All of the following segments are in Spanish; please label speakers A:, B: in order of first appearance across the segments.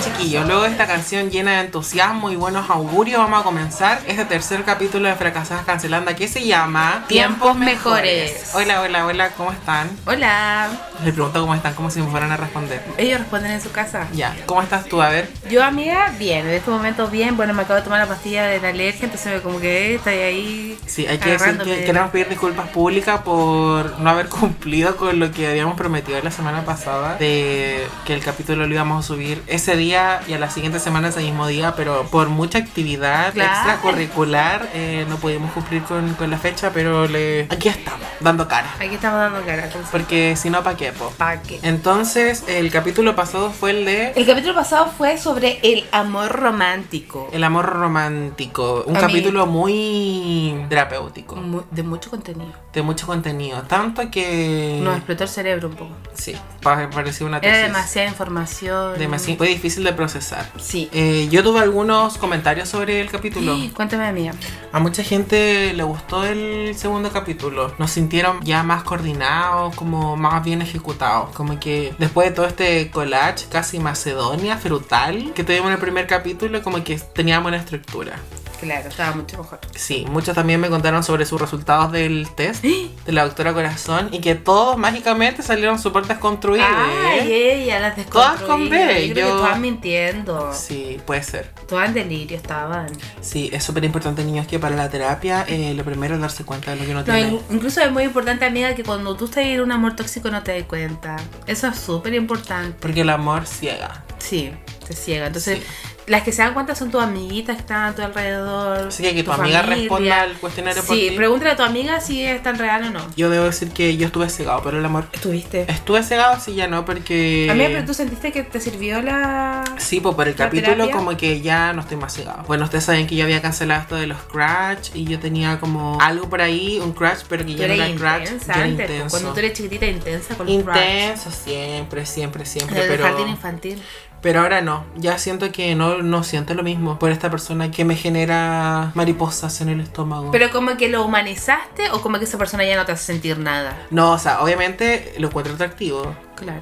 A: chiquillos, luego de esta canción llena de entusiasmo y buenos augurios, vamos a comenzar este tercer capítulo de Fracasadas Cancelando que se llama
B: Tiempos Mejores.
A: Hola, hola, hola, ¿cómo están?
B: Hola.
A: Les pregunto cómo están, como si me fueran a responder.
B: Ellos responden en su casa.
A: Ya, ¿cómo estás tú? A ver,
B: Yo, amiga, bien. En este momento, bien. Bueno, me acabo de tomar la pastilla de la alergia, entonces me como que estoy ahí.
A: sí, hay que decir que
B: agarrándome.
A: queremos pedir disculpas públicas por no haber cumplido con lo que habíamos prometido la semana pasada, de que el capítulo lo íbamos a subir ese día y a la siguiente semana ese mismo día, pero por mucha actividad
B: Claro.
A: extracurricular eh, no pudimos cumplir con, con la fecha, pero le... aquí estamos, dando cara.
B: Aquí estamos dando cara. entonces,
A: Porque si no, ¿pa' qué? po?
B: ¿pa' qué?
A: Entonces, el capítulo pasado fue el de
B: El capítulo pasado fue sobre el amor romántico.
A: El amor romántico, un
B: A mí-
A: capítulo muy terapéutico,
B: Mu- De mucho contenido.
A: de mucho contenido, tanto que...
B: Nos explotó el cerebro un poco.
A: Sí, pa- parecía una tesis.
B: Era demasiada información.
A: Demasi- Fue difícil de procesar.
B: Sí.
A: Eh, yo tuve algunos comentarios sobre el capítulo.
B: Cuéntame, amiga.
A: A mucha gente le gustó el segundo capítulo. Nos sintieron ya más coordinados, como más bien ejecutados. Como que después de todo este collage casi macedonia, frutal, que tuvimos en el primer capítulo, como que teníamos una estructura.
B: Claro, estaba mucho mejor.
A: Sí, muchos también me contaron sobre sus resultados del test de la doctora Corazón y que todos mágicamente salieron súper desconstruidos. ¿eh?
B: Ay, ella las
A: Todas con
B: desconstruí.
A: B,
B: Yo creo que
A: yo-
B: todas mintiendo.
A: Sí, puede ser.
B: Todas en delirio estaban.
A: Sí, es súper importante, niños, que para la terapia eh, lo primero es darse cuenta de lo que uno
B: No,
A: tiene.
B: in- incluso es muy importante, amiga, que cuando tú estás en un amor tóxico no te des cuenta. Eso es súper importante.
A: Porque el amor ciega.
B: Sí, te ciega. Entonces,
A: Sí.
B: las que se dan cuenta son tus amiguitas que están a tu alrededor.
A: Así que que tu, amiga
B: familia.
A: responda al cuestionario por
B: Sí,
A: ti.
B: pregúntale a tu amiga si es tan real o no.
A: Yo debo decir que yo estuve cegado por el amor.
B: ¿Estuviste?
A: Estuve cegado, sí, ya no, porque...
B: Amiga, pero tú sentiste que te sirvió la.
A: Eh, Sí, pues por el
B: ¿La
A: capítulo
B: terapia?
A: como que ya no estoy más cegado. Bueno, ustedes saben que yo había cancelado esto de los crush y yo tenía como algo por ahí, un crush, pero que
B: Tú
A: ya no era
B: eres
A: crush,
B: intensa
A: ya era
B: antes, pues,
A: intenso.
B: cuando tú eres chiquitita intensa con los crush.
A: intenso siempre, siempre, siempre,
B: Desde el
A: pero
B: jardín infantil.
A: pero ahora no, ya siento que no no siento lo mismo por esta persona que me genera mariposas en el estómago.
B: Pero como que lo humanizaste o como que esa persona ya no te hace sentir nada.
A: no, o sea, obviamente lo encuentro atractivo
B: Claro.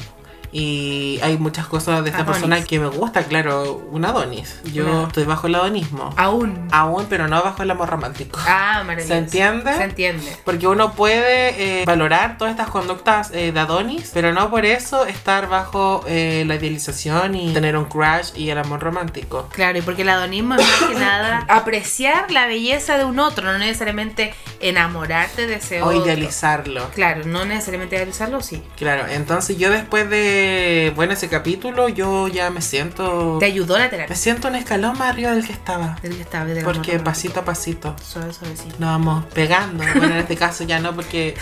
A: y hay muchas cosas de esta
B: Adonis.
A: persona que me gusta, claro, un Adonis. Yo
B: Claro.
A: estoy bajo el adonismo.
B: Aún.
A: Aún, pero no bajo el amor romántico.
B: Ah, maravilloso.
A: ¿Se entiende?
B: Se entiende.
A: Porque uno puede eh, valorar todas estas conductas eh, de Adonis, pero no por eso estar bajo eh, la idealización y tener un crush y el amor romántico.
B: Claro, y porque el hedonismo es más que nada apreciar la belleza de un otro, no necesariamente enamorarte de ese
A: O
B: otro.
A: idealizarlo.
B: Claro, no necesariamente idealizarlo, sí.
A: Claro, entonces yo después de, bueno, ese capítulo, yo ya me siento...
B: Te ayudó la
A: Me
B: terapia.
A: siento un escalón más arriba del que estaba.
B: Del que estaba, del amor
A: Porque
B: romántico.
A: pasito a pasito
B: Suave, suavecito.
A: nos vamos pegando. Bueno, en este caso ya no porque...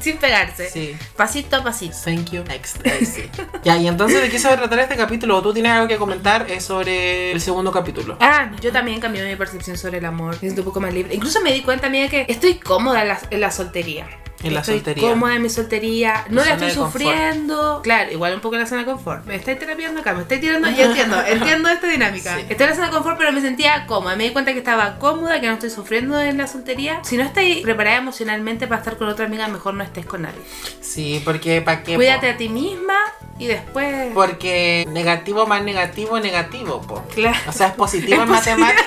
B: Sin pegarse.
A: Sí.
B: Pasito a pasito.
A: Thank you. Next. Ahí sí. ya, y entonces de qué se va a tratar este capítulo. ¿O tú tienes algo que comentar eh, sobre el segundo capítulo?
B: Ah, yo también cambié mi percepción sobre el amor. Me siento un poco más libre. Incluso me di cuenta, mía, que estoy cómoda en la, en la soltería.
A: En la
B: estoy
A: soltería.
B: cómoda en mi soltería. No
A: Zona
B: la
A: de
B: estoy
A: confort.
B: sufriendo. Claro, igual un poco en la zona de confort. Me estoy terapiando acá, me estoy tirando. Yo entiendo, entiendo esta dinámica.
A: Sí.
B: Estoy en la zona de confort, pero me sentía cómoda. Me di cuenta que estaba cómoda, que no estoy sufriendo en la soltería. Si no estás preparada emocionalmente para estar con otra amiga, mejor no estés con nadie.
A: Sí, porque ¿para qué? po?
B: Cuídate a ti misma y
A: Pues,
B: después.
A: Porque negativo más negativo, negativo, po.
B: Claro.
A: O sea, es positivo en matemáticas,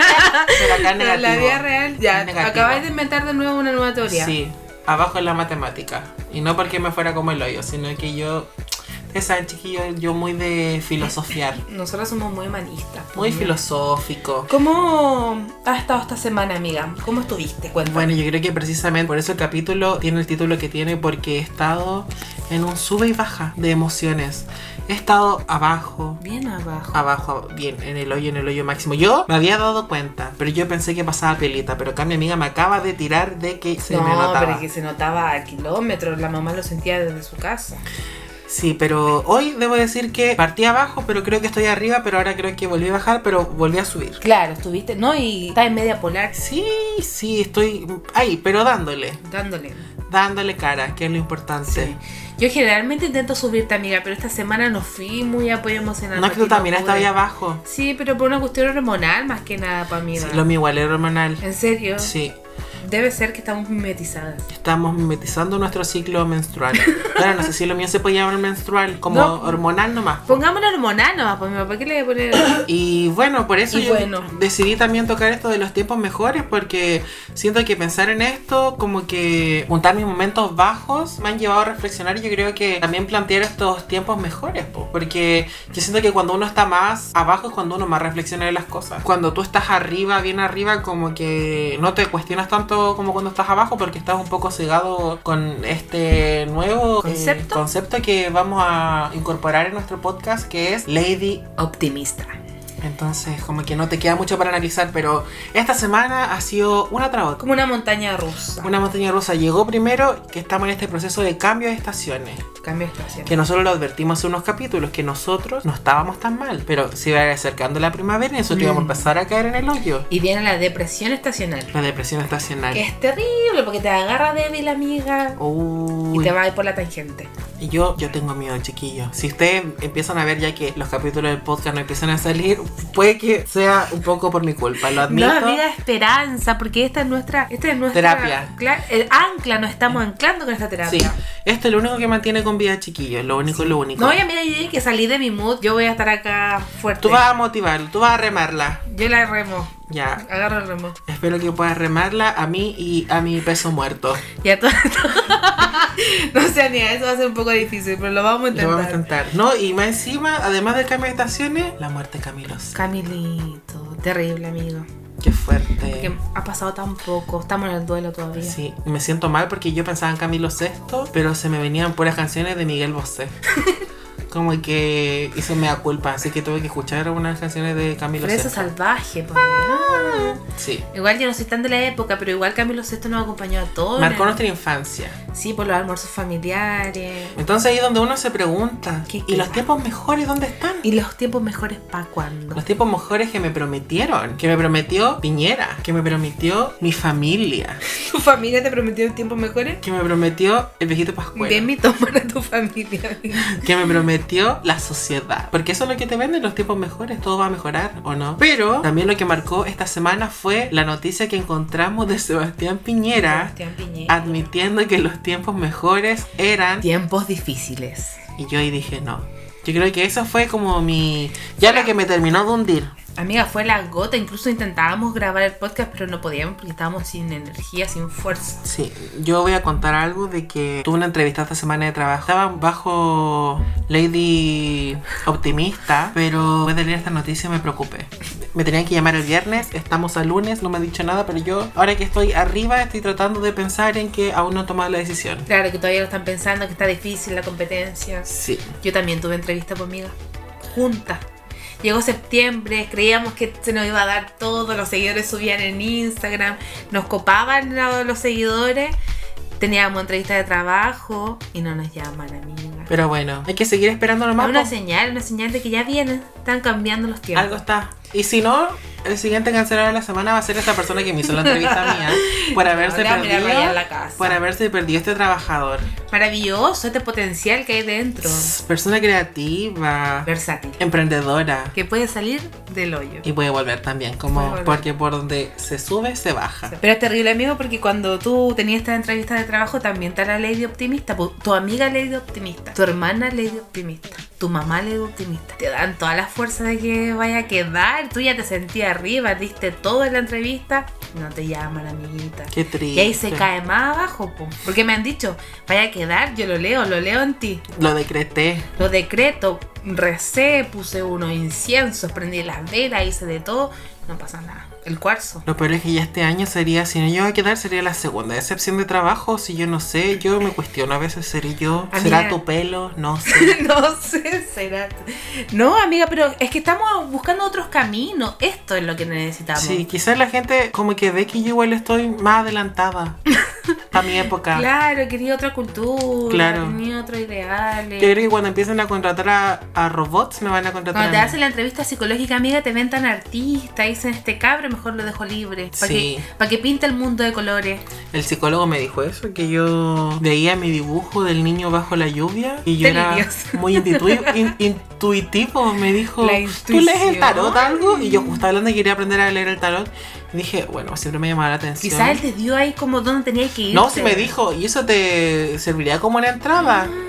A: pero acá es
B: Pero en
A: negativo.
B: la vida real, ya.
A: Es negativo.
B: Acabáis de inventar de nuevo una nueva teoría.
A: Sí, abajo en la matemática. Y no porque me fuera como el hoyo, sino que yo... Ustedes saben, chiquillos, yo muy de filosofiar.
B: Nosotros somos muy humanistas.
A: Muy
B: pues.
A: filosófico.
B: ¿Cómo has estado esta semana, amiga? ¿Cómo estuviste? Cuéntame.
A: Bueno, yo creo que precisamente por eso el capítulo tiene el título que tiene, porque he estado en un sube y baja de emociones. He estado abajo,
B: Bien abajo.
A: abajo, bien, en el hoyo, en el hoyo máximo. Yo me había dado cuenta, pero yo pensé que pasaba pelita, pero acá mi amiga me acaba de tirar de que se
B: no,
A: me notaba.
B: pero que se notaba a kilómetros. La mamá lo sentía desde su casa.
A: Sí, pero hoy debo decir que partí abajo, pero creo que estoy arriba, pero ahora creo que volví a bajar, pero volví a subir.
B: Claro, estuviste. No, y está en media polar
A: Sí, sí, estoy ahí, pero dándole,
B: dándole.
A: dándole cara, que es lo importante.
B: Sí. Yo generalmente intento subirte, amiga, pero esta semana no fui muy apoyo emocional.
A: No es que tú
B: aquí
A: también
B: pude.
A: estabas ahí abajo.
B: Sí, pero por una cuestión hormonal más que nada para mí.
A: Sí, lo mío igual era hormonal.
B: ¿En serio?
A: Sí.
B: Debe ser que estamos mimetizadas.
A: Estamos mimetizando nuestro ciclo menstrual. Claro, no sé si lo mío se puede llamar menstrual, como
B: No.
A: hormonal nomás.
B: Pongámosle hormonal nomás, pues mi papá, ¿qué le voy a poner?
A: Y bueno, por eso
B: Y
A: yo
B: bueno.
A: decidí también tocar esto de los tiempos mejores, porque siento que pensar en esto, como que juntar mis momentos bajos, me han llevado a reflexionar y yo creo que también plantear estos tiempos mejores, po, porque yo siento que cuando uno está más abajo es cuando uno más reflexiona de las cosas. Cuando tú estás arriba, bien arriba, como que no te cuestionas tanto como cuando estás abajo, porque estás un poco cegado con este nuevo eh,
B: ¿Concepto?
A: concepto que vamos a incorporar en nuestro podcast, que es Lady
B: Optimista.
A: entonces, como que no te queda mucho para analizar, pero esta semana ha sido una tras otra.
B: Como una montaña rusa.
A: Una montaña rusa llegó primero, que estamos en este proceso de cambio de estaciones,
B: Cambio de estación.
A: que nosotros lo advertimos hace unos capítulos, que nosotros no estábamos tan mal, pero se iba acercando la primavera y nosotros
B: Mm.
A: íbamos a empezar a caer en el hoyo.
B: Y viene la depresión estacional.
A: La depresión estacional.
B: Que es terrible porque te agarra débil, amiga.
A: Uy.
B: Y te va a ir por la tangente.
A: Y yo, yo tengo miedo, chiquillo. Si ustedes empiezan a ver ya que los capítulos del podcast no empiezan a salir, puede que sea un poco por mi culpa, lo admito.
B: No, amiga, esperanza, porque esta es nuestra, esta es nuestra
A: Terapia.
B: cla- el ancla, nos estamos anclando con esta
A: Sí,
B: terapia.
A: esto es lo único que mantiene con vida chiquillos, lo único, lo único.
B: No, y amiga, yo dije que salí de mi mood, yo voy a estar acá fuerte.
A: Tú vas a motivarlo, tú vas a remarla.
B: Yo la remo,
A: Ya.
B: agarro el remo.
A: Espero que puedas remarla a mí y a mi peso muerto.
B: Y a todo No sé, amiga, eso va a ser un poco difícil, pero lo vamos a
A: Lo
B: intentar.
A: vamos a intentar. No, y más encima, además del cambio de estaciones, la muerte de Camilos.
B: Camilito, terrible, amigo.
A: Qué fuerte.
B: Porque ha pasado tan poco, estamos en el duelo todavía.
A: Sí, me siento mal porque yo pensaba en Camilo VI, pero se me venían puras canciones de Miguel Bosé. Como que hizo mea culpa, así que tuve que escuchar unas canciones de Camilo
B: Pero eso
A: VI.
B: salvaje, pues, amiga.
A: Sí,
B: Igual yo no soy tan de la época, pero igual Camilo Sesto nos acompañó a todos.
A: marcó nuestra infancia.
B: Sí, por los almuerzos familiares.
A: Entonces ahí es donde uno se pregunta,
B: ¿Qué
A: ¿y
B: queda?
A: los tiempos mejores dónde están?
B: ¿Y los tiempos mejores para cuándo?
A: Los tiempos mejores que me prometieron, que me prometió Piñera, que me prometió mi familia,
B: ¿Tu familia te prometió tiempos mejores?
A: que me prometió el viejito Pascual,
B: Bien mi tomar a tu familia. amiga.
A: que me prometió la sociedad. Porque eso es lo que te venden los tiempos mejores, todo va a mejorar o no. Pero también lo que marcó esta semana fue la noticia que encontramos de Sebastián Piñera
B: Sebastián Piñera.
A: admitiendo que los tiempos mejores eran...
B: Tiempos difíciles.
A: Y yo ahí dije no. Yo creo que eso fue como mi... Ya lo que me terminó de hundir.
B: Amiga, fue la gota. Incluso intentábamos grabar el podcast, pero no podíamos porque estábamos sin energía, sin fuerza.
A: Sí, yo voy a contar algo de que tuve una entrevista esta semana de trabajo. Estaba bajo Lady Optimista, pero después de leer esta noticia me preocupé. Me tenían que llamar el viernes, estamos a lunes, no me han dicho nada, pero yo ahora que estoy arriba estoy tratando de pensar en que aún no he tomado la decisión.
B: Claro que todavía lo están pensando, que está difícil la competencia.
A: Sí,
B: Yo también tuve entrevista conmigo. Junta. Llegó septiembre, creíamos que se nos iba a dar todo, los seguidores subían en Instagram, nos copaban la- los seguidores, teníamos entrevista de trabajo y no nos llaman, amiga.
A: pero bueno, hay que seguir esperando
B: Es
A: nomás.
B: una
A: po.
B: señal, una señal de que ya vienen, están cambiando los tiempos.
A: Algo está. Y si no, el siguiente cancelado de la semana va a ser esta persona que me hizo la entrevista mía por haberse
B: Ahora mira, rayar
A: perdido.
B: la casa.
A: Por haberse perdido este trabajador.
B: Maravilloso este potencial que hay dentro.
A: Persona creativa,
B: Versátil.
A: emprendedora.
B: Que puede salir del hoyo.
A: Y puede volver también, como
B: Puede volver.
A: porque por donde se sube, se baja.
B: Pero es terrible, amigo, porque cuando tú tenías esta entrevista de trabajo, también está la Lady Optimista, pu- tu amiga Lady Optimista, tu hermana Lady Optimista, tu mamá Lady Optimista. Te dan toda la fuerza de que vaya a quedar, tú ya te sentías arriba, diste todo en la entrevista, no te llaman, amiguita.
A: Qué triste.
B: Y ahí se cae más abajo, po. porque me han dicho, vaya a quedar, yo lo leo, lo leo en ti.
A: Lo decreté.
B: Lo decreto, recé, puse unos inciensos, prendí las velas, hice de todo, no pasa nada. El cuarzo.
A: Lo peor es que ya este año sería, si no yo voy a quedar, sería la segunda decepción de trabajo. Si yo no sé, yo me cuestiono a veces, ¿seré yo?
B: Amiga.
A: ¿Será tu pelo? No sé.
B: No sé, será. No, amiga, pero es que estamos buscando otros caminos. Esto es lo que necesitamos.
A: Sí, quizás la gente como que ve que yo igual estoy más adelantada a mi época.
B: Claro, quería otra cultura,
A: Claro.
B: tenía otros ideales.
A: Yo creo que cuando empiecen a contratar a, a robots, me van a contratar
B: Cuando te
A: a mí.
B: hacen la entrevista psicológica, amiga, te ven tan artista, dicen este cabro, mejor lo dejo libre. Para
A: Sí.
B: que, pa' que pinte el mundo de colores.
A: El psicólogo me dijo eso, que yo veía mi dibujo del niño bajo la lluvia y yo era
B: Delirios.
A: muy intuitu- in- intuitivo. Me dijo,
B: La
A: ¿tú lees el
B: intuición.
A: tarot algo? Y yo justo hablando y quería aprender a leer el tarot. Dije, bueno, siempre me llamaba la atención.
B: Quizás él te dio ahí como dónde tenías que ir.
A: No, si me dijo, y eso te serviría como la entrada.
B: Ah.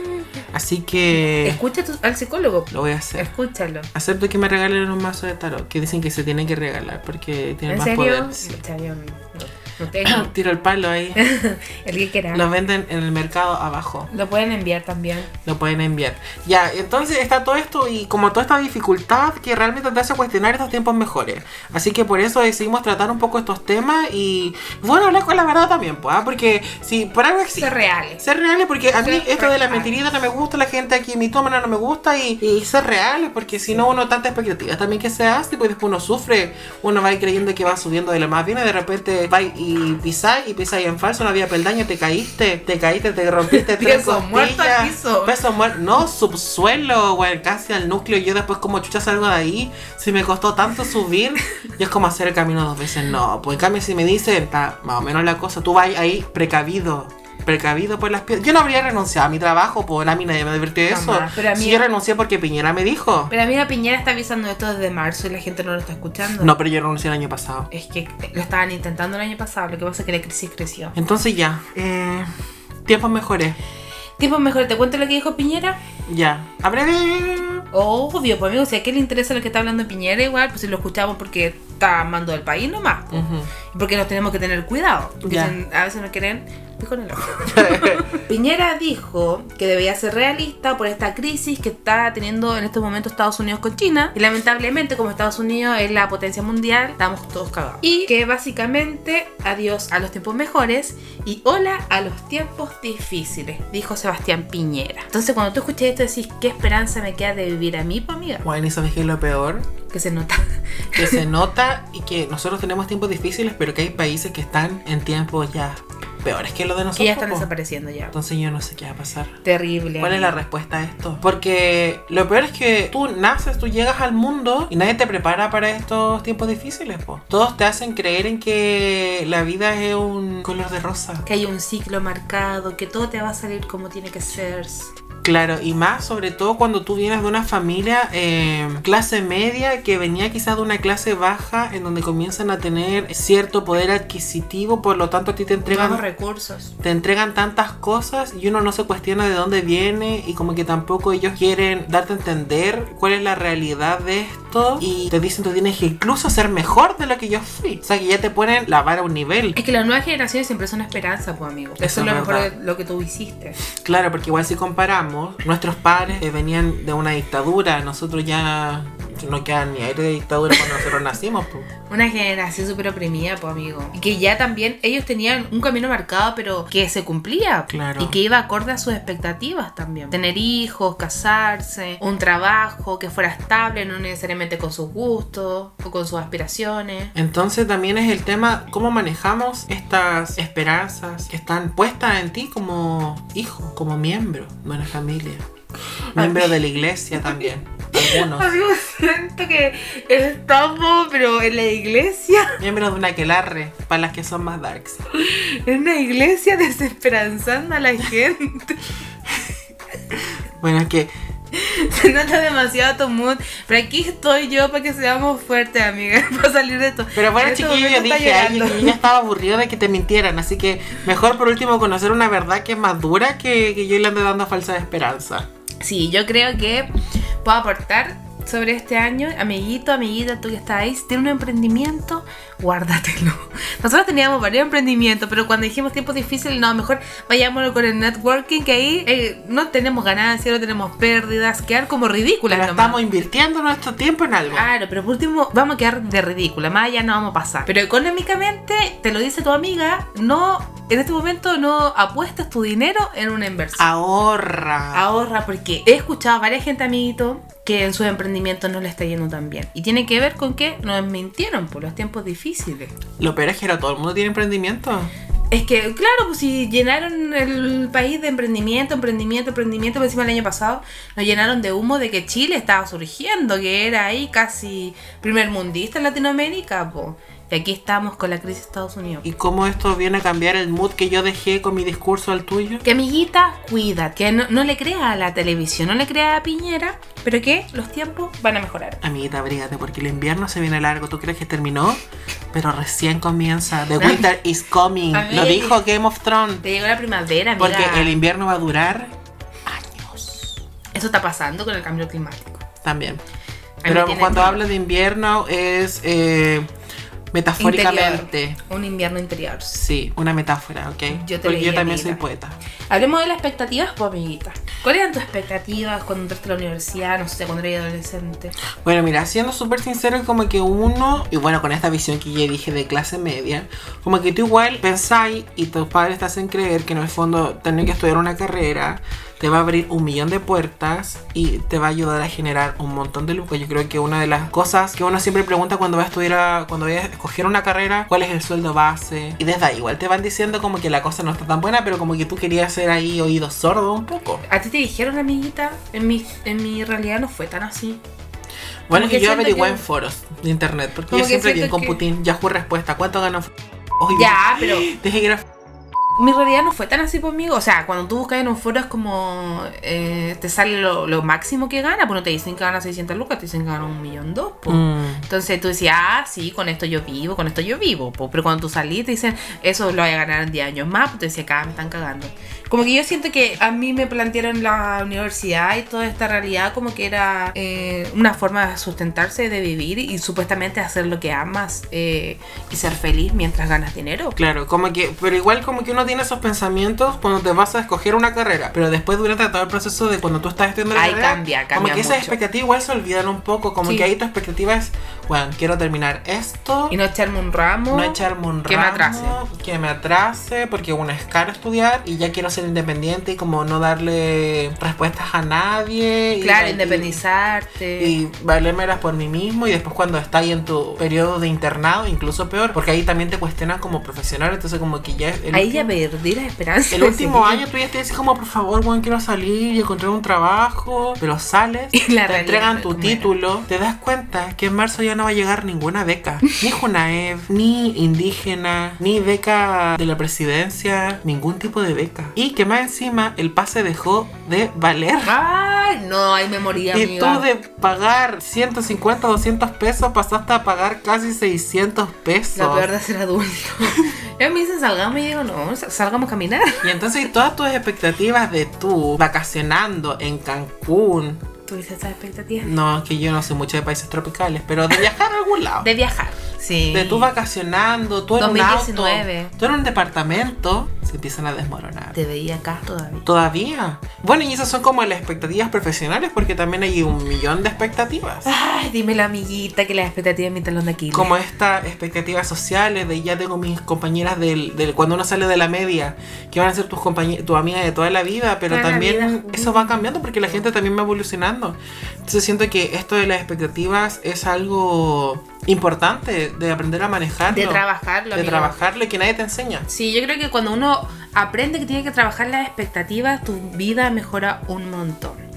A: Así que
B: Escucha tu- al psicólogo.
A: lo voy a hacer.
B: Escúchalo.
A: Acepto que me regalen un mazo de tarot, que dicen que se tienen que regalar porque tienen
B: ¿En
A: más
B: serio?
A: poder. sí.
B: Está bien, No, no tengo.
A: Tiro el palo ahí.
B: El que quiera.
A: Lo venden en el mercado abajo.
B: Lo pueden enviar también.
A: Lo pueden enviar. Ya, entonces está todo esto y como toda esta dificultad que realmente te hace cuestionar estos tiempos mejores. Así que por eso decidimos tratar un poco estos temas y bueno, hablar con la verdad también, pues, ah, porque si por algo existe.
B: Ser reales.
A: Ser reales porque a mí
B: Ser
A: esto de la
B: reales.
A: mentirita no me gusta, la gente aquí mitómana no me gusta y, y ser reales porque si no uno tanta expectativa también que se hace pues después uno sufre, uno va a ir creyendo que va subiendo de lo más bien y de repente va y pisáis y pisáis en falso, no había peldaño, te caíste, te caíste, te rompiste tres
B: Peso muerto
A: costillas, Pues
B: al piso.
A: peso muerto, no, subsuelo, güey, casi al núcleo y yo después como chucha salgo de ahí, si me costó tanto subir y es como hacer el camino dos veces, no, pues en cambio si me dicen, está más o menos la cosa, tú vas ahí precavido precavido por las piedras. Yo no habría renunciado a mi trabajo, pues a mí nadie me advirtió de eso.
B: Jamás, pero a mí-
A: Si yo renuncié porque Piñera me dijo.
B: Pero mira, Piñera está avisando esto desde marzo y la gente no lo está escuchando.
A: No, pero yo renuncié el año pasado.
B: Es que lo estaban intentando el año pasado, lo que pasa es que la crisis creció.
A: Entonces ya, eh, tiempos mejores.
B: Tiempo mejor, ¿te cuento lo que dijo Piñera?
A: Ya, a breve.
B: Obvio, pues amigo, si a qué le interesa lo que está hablando Piñera, igual, pues si lo escuchamos porque está mando del país nomás. pues.
A: Ujú.
B: Porque nos tenemos que tener cuidado.
A: Mm. Ya.
B: Dicen, a veces no quieren. pico en el ojo. Piñera dijo que debía ser realista por esta crisis que está teniendo en estos momentos Estados Unidos con China. Y lamentablemente, como Estados Unidos es la potencia mundial, estamos todos cagados. Y que básicamente, adiós a los tiempos mejores y hola a los tiempos difíciles, dijo Sebastián Piñera. Entonces, cuando tú escuches esto, decís, ¿qué esperanza me queda de vivir a mí, pues amiga?
A: Bueno, y sabes que es lo peor,
B: Que se nota.
A: que se nota y que nosotros tenemos tiempos difíciles, pero que hay países que están en tiempos ya peores que los de
B: Que
A: nosotros.
B: ya están
A: po.
B: desapareciendo ya.
A: Entonces yo no sé qué va a pasar.
B: Terrible.
A: ¿Cuál es la
B: amiga.
A: respuesta a esto? Porque lo peor es que tú naces, tú llegas al mundo y nadie te prepara para estos tiempos difíciles, po. Todos te hacen creer en que la vida es un color de rosa.
B: que hay un ciclo marcado, que todo te va a salir como tiene que ser.
A: Claro, y más sobre todo cuando tú vienes de una familia eh, clase media que venía quizás de una clase baja en donde comienzan a tener cierto poder adquisitivo, por lo tanto a ti te entregan
B: Nuevos recursos.
A: te entregan tantas cosas y uno no se cuestiona de dónde viene y como que tampoco ellos quieren darte a entender cuál es la realidad de esto y te dicen tú tienes que incluso ser mejor de lo que yo fui. O sea que ya te ponen la vara a un nivel.
B: Es que las nuevas generaciones siempre son una esperanza, pues amigo. Eso,
A: Eso
B: es lo
A: es
B: mejor de
A: verdad.
B: lo que tú hiciste.
A: Claro, porque igual si comparamos, nuestros padres eh, venían de una dictadura, nosotros ya no queda ni aire de dictadura cuando nosotros nacimos. pues.
B: Una generación súper oprimida, pues amigo. Y que ya también ellos tenían un camino marcado, pero que se cumplía.
A: Claro.
B: Y que iba acorde a sus expectativas también. Tener hijos, casarse, un trabajo que fuera estable, no necesariamente con sus gustos o con sus aspiraciones.
A: Entonces también es el tema cómo manejamos estas esperanzas que están puestas en ti como hijo, como miembro de una familia. Miembro de la iglesia también. Algunos.
B: Amigo, siento que estamos, pero en la iglesia
A: Miembros de una aquelarre, para las que son más darks.
B: Es una iglesia desesperanzando a la gente.
A: Bueno, es que
B: Se nota demasiado tu mood. Pero aquí estoy yo para que seamos fuertes, amiga. Para salir de esto.
A: Pero bueno,
B: En este
A: chiquillo, yo
B: momento
A: dije,
B: está
A: ay, yo
B: llorando.
A: ya estaba aburrido de que te mintieran, así que mejor por último conocer una verdad que es más dura que, que yo le ande dando falsa esperanza.
B: Sí, yo creo que puedo aportar sobre este año. Amiguito, amiguita, tú que estás ahí, si tienes un emprendimiento, guárdatelo. Nosotros teníamos varios emprendimientos, pero cuando dijimos tiempos difíciles, no, mejor vayámonos con el networking, que ahí eh, no tenemos ganancias, no tenemos pérdidas, quedar como ridículas
A: Pero
B: nomás.
A: estamos invirtiendo nuestro tiempo en algo.
B: Claro, pero por último vamos a quedar de ridícula, más allá no vamos a pasar. Pero económicamente, te lo dice tu amiga, no, en este momento no apuestas tu dinero en una inversión.
A: Ah. Ahorra.
B: Ahorra, porque he escuchado a varias gente, amiguito, que en sus emprendimientos no le está yendo tan bien. Y tiene que ver con que nos mintieron por los tiempos difíciles.
A: Lo peor es que ahora todo el mundo tiene emprendimiento.
B: Es que, claro, pues si llenaron el país de emprendimiento, emprendimiento, emprendimiento, por encima el año pasado nos llenaron de humo de que Chile estaba surgiendo, que era ahí casi primer mundista en Latinoamérica, po. Y aquí estamos con la crisis de Estados Unidos.
A: ¿Y cómo esto viene a cambiar el mood que yo dejé con mi discurso al tuyo?
B: Que amiguita, cuida, que no, no le crea a la televisión, no le crea a Piñera, pero que los tiempos van a mejorar.
A: Amiguita, abrígate porque el invierno se viene largo. ¿Tú crees que terminó? Pero recién comienza. The winter is coming.
B: A ver.
A: Lo dijo Game of Thrones.
B: Te llegó la primavera, amiga.
A: Porque el invierno va a durar años
B: Eso está pasando con el cambio climático.
A: también.
B: me
A: Pero
B: tienes
A: cuando
B: miedo.
A: hablo de invierno es eh, metafóricamente.
B: Interior, un invierno interior.
A: Sí, una metáfora, ¿ok?
B: Yo te
A: Porque
B: leí,
A: yo también
B: amiga.
A: soy poeta.
B: Hablemos de las expectativas, pues, amiguita. ¿Cuáles eran tus expectativas cuando entraste a la universidad? No sé, cuando eras adolescente.
A: Bueno, mira, siendo súper sincero, como que uno, y bueno, con esta visión que ya dije de clase media, como que tú igual pensáis y tus padres te hacen creer que en el fondo tener que estudiar una carrera te va a abrir un millón de puertas y te va a ayudar a generar un montón de lucas. Yo creo que una de las cosas que uno siempre pregunta cuando va a estudiar, a- cuando va a escoger una carrera, cuál es el sueldo base. Y desde ahí igual te van diciendo como que la cosa no está tan buena, pero como que tú querías ser ahí oído sordo un poco.
B: ¿A ti te dijeron, amiguita? En mi, en mi realidad no fue tan así.
A: Bueno,
B: Como que
A: que yo
B: siento
A: averigué
B: que-
A: en foros de internet, porque
B: Como
A: yo
B: que
A: siempre que
B: siento
A: con
B: que-
A: Putin, Yahoo respuesta, ¿cuánto ganó? f- Oye,
B: Ya, pero
A: Dije que era f-
B: mi realidad no fue tan así conmigo. O sea, cuando tú buscas en un foro es como eh, te sale lo, lo máximo que gana. Pues no te dicen que gana 600 lucas, te dicen que gana un millón dos.
A: Mm,
B: pues. po. Entonces tú decías, ah, sí, con esto yo vivo, con esto yo vivo. po. Pero cuando tú salís te dicen, eso lo voy a ganar en 10 años más. Pues tú decías, acá me están cagando. Como que yo siento que a mí me plantearon la universidad y toda esta realidad como que era eh, una forma de sustentarse, de vivir y supuestamente hacer lo que amas eh, y ser feliz mientras ganas dinero.
A: Claro, como que, pero igual como que uno tiene esos pensamientos cuando te vas a escoger una carrera, pero después durante todo el proceso de cuando tú estás estudiando la
B: Ahí
A: carrera,
B: cambia,
A: como
B: cambia
A: que esas
B: mucho.
A: expectativas igual se olvidan un poco, como
B: Sí.
A: que ahí tu expectativa es, bueno, quiero terminar esto,
B: Y no echarme un ramo.
A: no echarme un
B: que me
A: ramo,
B: atrase.
A: que me atrase, porque uno es caro estudiar y ya quiero ser independiente y como no darle respuestas a nadie. y-
B: Claro,
A: y-
B: independizarte.
A: y valérmelas por mí mismo y después cuando estás ahí en tu periodo de internado incluso peor porque ahí también te cuestionan como profesional entonces como que ya el,
B: Ahí ya
A: último,
B: perdí las esperanzas.
A: el último año tú ya te dices como por favor Juan quiero salir y encontrar un trabajo pero sales
B: Y la
A: te
B: realidad
A: entregan
B: fue
A: tu
B: como era.
A: título te das cuenta que en marzo ya no va a llegar ninguna beca ni Junaev ni indígena ni beca de la presidencia ningún tipo de beca y que más encima el pase dejó de valer
B: Ay, no, ahí me moría,
A: y
B: amiga.
A: tú de pagar 150, 200 pesos pasaste a pagar casi 600 pesos.
B: La peor de ser adulto. Yo me dicen salgamos y digo, no, sa- salgamos a caminar.
A: Y entonces y todas tus expectativas de tú vacacionando en Cancún.
B: Tuviste esas expectativas.
A: No, que yo no sé mucho de países tropicales, pero de viajar a algún lado. De,
B: De viajar. Sí.
A: tú vacacionando, tú en un
B: 2019.
A: auto, tú en un departamento, se empiezan a desmoronar.
B: Te veía acá todavía.
A: Todavía. Bueno, y esas son como las expectativas profesionales, porque también hay un millón de expectativas.
B: Ay, dime la amiguita que las expectativas es mi talón de aquí.
A: como estas expectativas sociales de ya tengo mis compañeras del, del- cuando uno sale de la media que van a ser tus compañeras tu amiga de toda la vida pero
B: Toda la
A: también
B: vida.
A: eso va cambiando porque la gente también va evolucionando entonces siento que esto de las expectativas es algo importante de aprender a manejarlo
B: De trabajarlo,
A: de
B: amiga.
A: trabajarlo y que nadie te enseña
B: Sí, yo creo que cuando uno aprende que tiene que trabajar las expectativas, tu vida mejora un montón.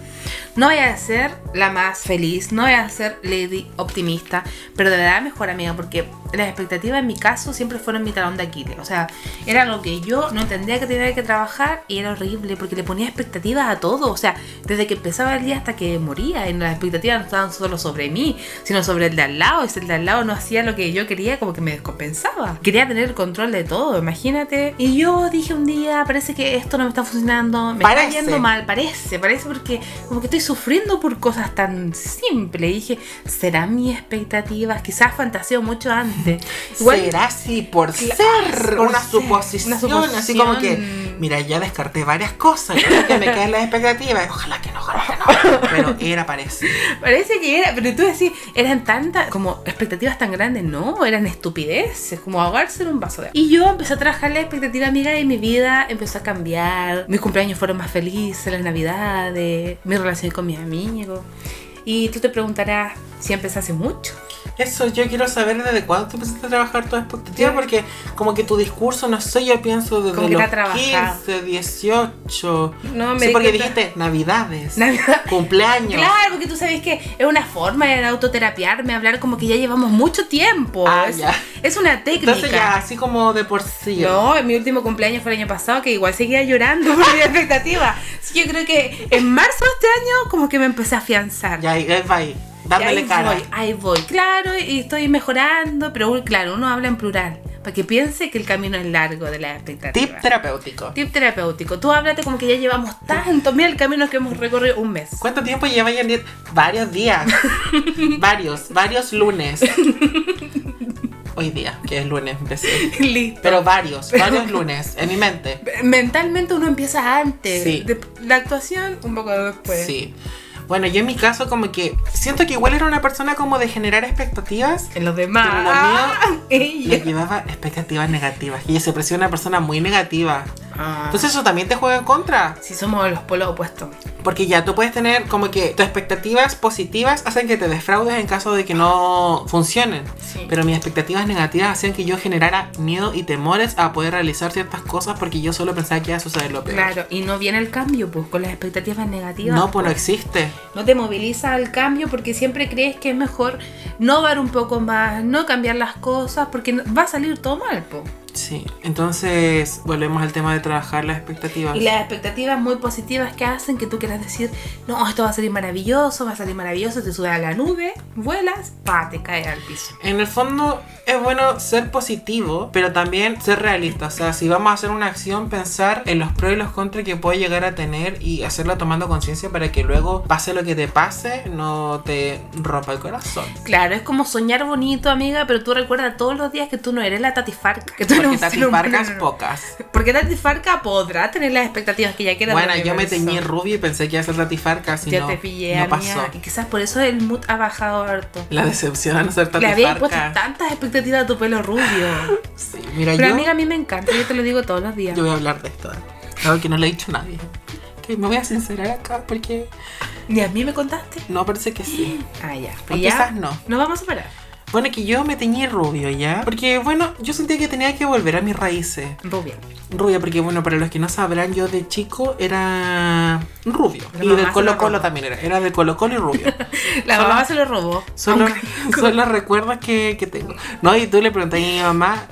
B: No voy a ser la más feliz, no voy a ser lady optimista, pero de verdad mejor amiga, porque las expectativas en mi caso siempre fueron mi talón de Aquiles. O sea, era lo que yo no entendía que tenía que trabajar y era horrible, porque le ponía expectativas a todo. O sea, desde que empezaba el día hasta que moría, y las expectativas no estaban solo sobre mí, sino sobre el de al lado. Y si el de al lado no hacía lo que yo quería, como que me descompensaba. Quería tener el control de todo, imagínate. Y yo dije un día, parece que esto no me está funcionando, me
A: Parece.
B: está yendo mal, parece, parece porque como que estoy sufriendo por cosas tan simples. Y dije, ¿serán mis expectativas? Quizás fantaseo mucho antes.
A: será así por
B: Claro,
A: ser
B: por
A: una,
B: ser,
A: suposición,
B: una suposición.
A: así como que mira ya descarté varias cosas creo que me caen las expectativas ojalá que no ojalá que no pero era parecido
B: Parece que era, pero tú decís, eran tantas, como expectativas tan grandes, no, eran estupideces, como ahogarse en un vaso de agua. Y yo empecé a trabajar la expectativa amiga y mi vida empezó a cambiar. Mis cumpleaños fueron más felices, las navidades, mi relación con mis amigos. Y tú te preguntarás si empecé hace mucho.
A: Eso, yo quiero saber desde cuándo tú empezaste a trabajar tu expectativa, porque como que tu discurso, no sé, yo pienso desde
B: Como que
A: los
B: la trabajaba.
A: 15, 18.
C: No, me
A: sí,
C: di
A: porque
C: cuenta-
A: dijiste navidades,
B: Navidad.
A: cumpleaños.
B: Claro, porque tú sabes que es una forma de autoterapiarme, hablar como que ya llevamos mucho tiempo.
A: Ah,
B: es,
A: ya.
B: es una técnica.
A: Entonces ya, así como de por sí.
B: No, en mi último cumpleaños fue el año pasado, que igual seguía llorando por mi expectativa. Así que yo creo que en marzo de este año como que me empecé a afianzar.
A: Ya, ahí, ahí va ahí,
B: Y ahí
A: dándole cara.
B: voy, ahí voy, claro, y estoy mejorando, pero un- claro, uno habla en plural, para que piense que el camino es largo de la expectativa.
A: Tip terapéutico.
B: Tip terapéutico. Tú háblate como que ya llevamos tanto, mira el camino que hemos recorrido un mes.
A: ¿Cuánto tiempo lleva Janet? Varios días. varios, varios lunes. Hoy día, que es lunes, empecé.
B: Listo.
A: Pero varios, varios lunes, en mi mente.
B: Mentalmente uno empieza antes.
A: Sí.
B: de- la actuación un poco después.
A: Sí. Bueno, yo en mi caso como que siento que igual era una persona como de generar expectativas.
B: En los demás.
A: Pero lo mío-
B: Ah,
A: Le
B: ella.
A: llevaba expectativas negativas. Y yo siempre he sido una persona muy negativa. Entonces eso también te juega en contra.
B: Pues, Si somos los polos opuestos.
A: Porque ya tú puedes tener como que tus expectativas positivas hacen que te defraudes en caso de que no funcionen.
B: Sí.
A: Pero mis expectativas negativas hacían que yo generara miedo y temores a poder realizar ciertas cosas porque yo solo pensaba que iba a suceder lo peor.
B: Claro, y no viene el cambio, pues con las expectativas negativas.
A: No, pues no existe.
B: No te moviliza al cambio porque siempre crees que es mejor no dar un poco más, no cambiar las cosas, porque no- va a salir todo mal, po.
A: Sí. Entonces, volvemos al tema de trabajar las expectativas.
B: Y las expectativas muy positivas que hacen que tú quieras decir, no, esto va a salir maravilloso, va a salir maravilloso, te subes a la nube, vuelas, pa, te caes al piso.
A: En el fondo es bueno ser positivo, pero también ser realista. O sea, si vamos a hacer una acción, pensar en los pros y los contras que puede llegar a tener y hacerla tomando conciencia para que luego pase lo que te pase, no te rompa el corazón.
B: Claro, es como soñar bonito, amiga, pero tú recuerdas todos los días que tú no eres la Tati Farca. Que tú
A: Porque
B: eres un ser humano.
A: tapifarcas pocas.
B: Porque Tati Farca podrá tener las expectativas que ella quiera.
A: Bueno,
B: del
A: yo me
B: universo.
A: teñí rubio y pensé que iba a ser tatifarca, si
B: Ya
A: no,
B: te pillé,
A: no
B: amiga.
A: pasó.
B: Y quizás por eso el mood ha bajado harto.
A: La decepción a no ser
B: Le había puesto
A: tatifarca.
B: tantas expectativas a tu pelo rubio.
A: Sí, mira,
B: Pero
A: yo,
B: amiga, a mí me encanta, yo te lo digo todos los días.
A: yo voy a hablar de esto. Claro que no le he dicho a nadie. Que me voy a sincerar acá porque
B: Ni a mí me contaste.
A: no parece que sí.
B: Ah, ya.
A: O
B: Y
A: quizás
B: ya.
A: no.
B: Nos vamos a separar.
A: Bueno, que yo me teñí rubio ya. Porque, bueno, yo sentía que tenía que volver a mis raíces.
B: Rubia.
A: Rubia, porque, bueno, para los que no sabrán, yo de chico era rubio.
B: La
A: y
B: mamá
A: del
B: se lo
A: Colo Colo
B: robó.
A: también era. Era del Colo Colo y rubio.
B: La
A: Solo-
B: mamá se lo robó.
A: Son los,
B: Aunque-
A: son los recuerdos que, que tengo. No, y tú le preguntas a mi mamá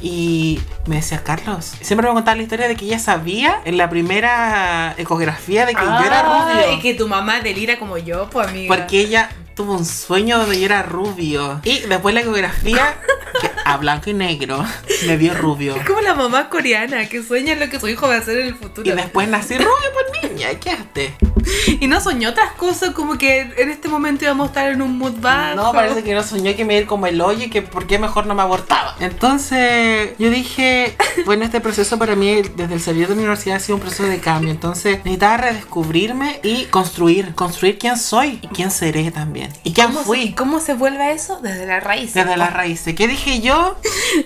A: y me decía, Carlos, siempre me contaba la historia de que ella sabía en la primera ecografía de que yo era
B: Ah,
A: rubio.
B: Y que tu mamá delira como yo, pues amiga.
A: Porque ella tuvo un sueño donde yo era rubio. Y después la ecografía, que a blanco y negro, me vio rubio.
B: Es como la mamá coreana que sueña lo que su hijo va a hacer en el futuro.
A: Y después nací rubio por niña, ¿qué haste?
B: Y no soñó otras cosas como que en este momento íbamos a estar en un mood bajo.
A: No, parece que no soñó que me iba a ir como el hoyo y que por qué mejor no me abortaba. Entonces, yo dije, bueno, este proceso para mí desde el salir de la universidad ha sido un proceso de cambio. Entonces, necesitaba redescubrirme y construir, construir quién soy y quién seré también. Y quién
B: ¿Cómo
A: fui.
B: Se, ¿Cómo se vuelve a eso? Desde la raíz.
A: Desde las raíces. ¿Qué dije yo?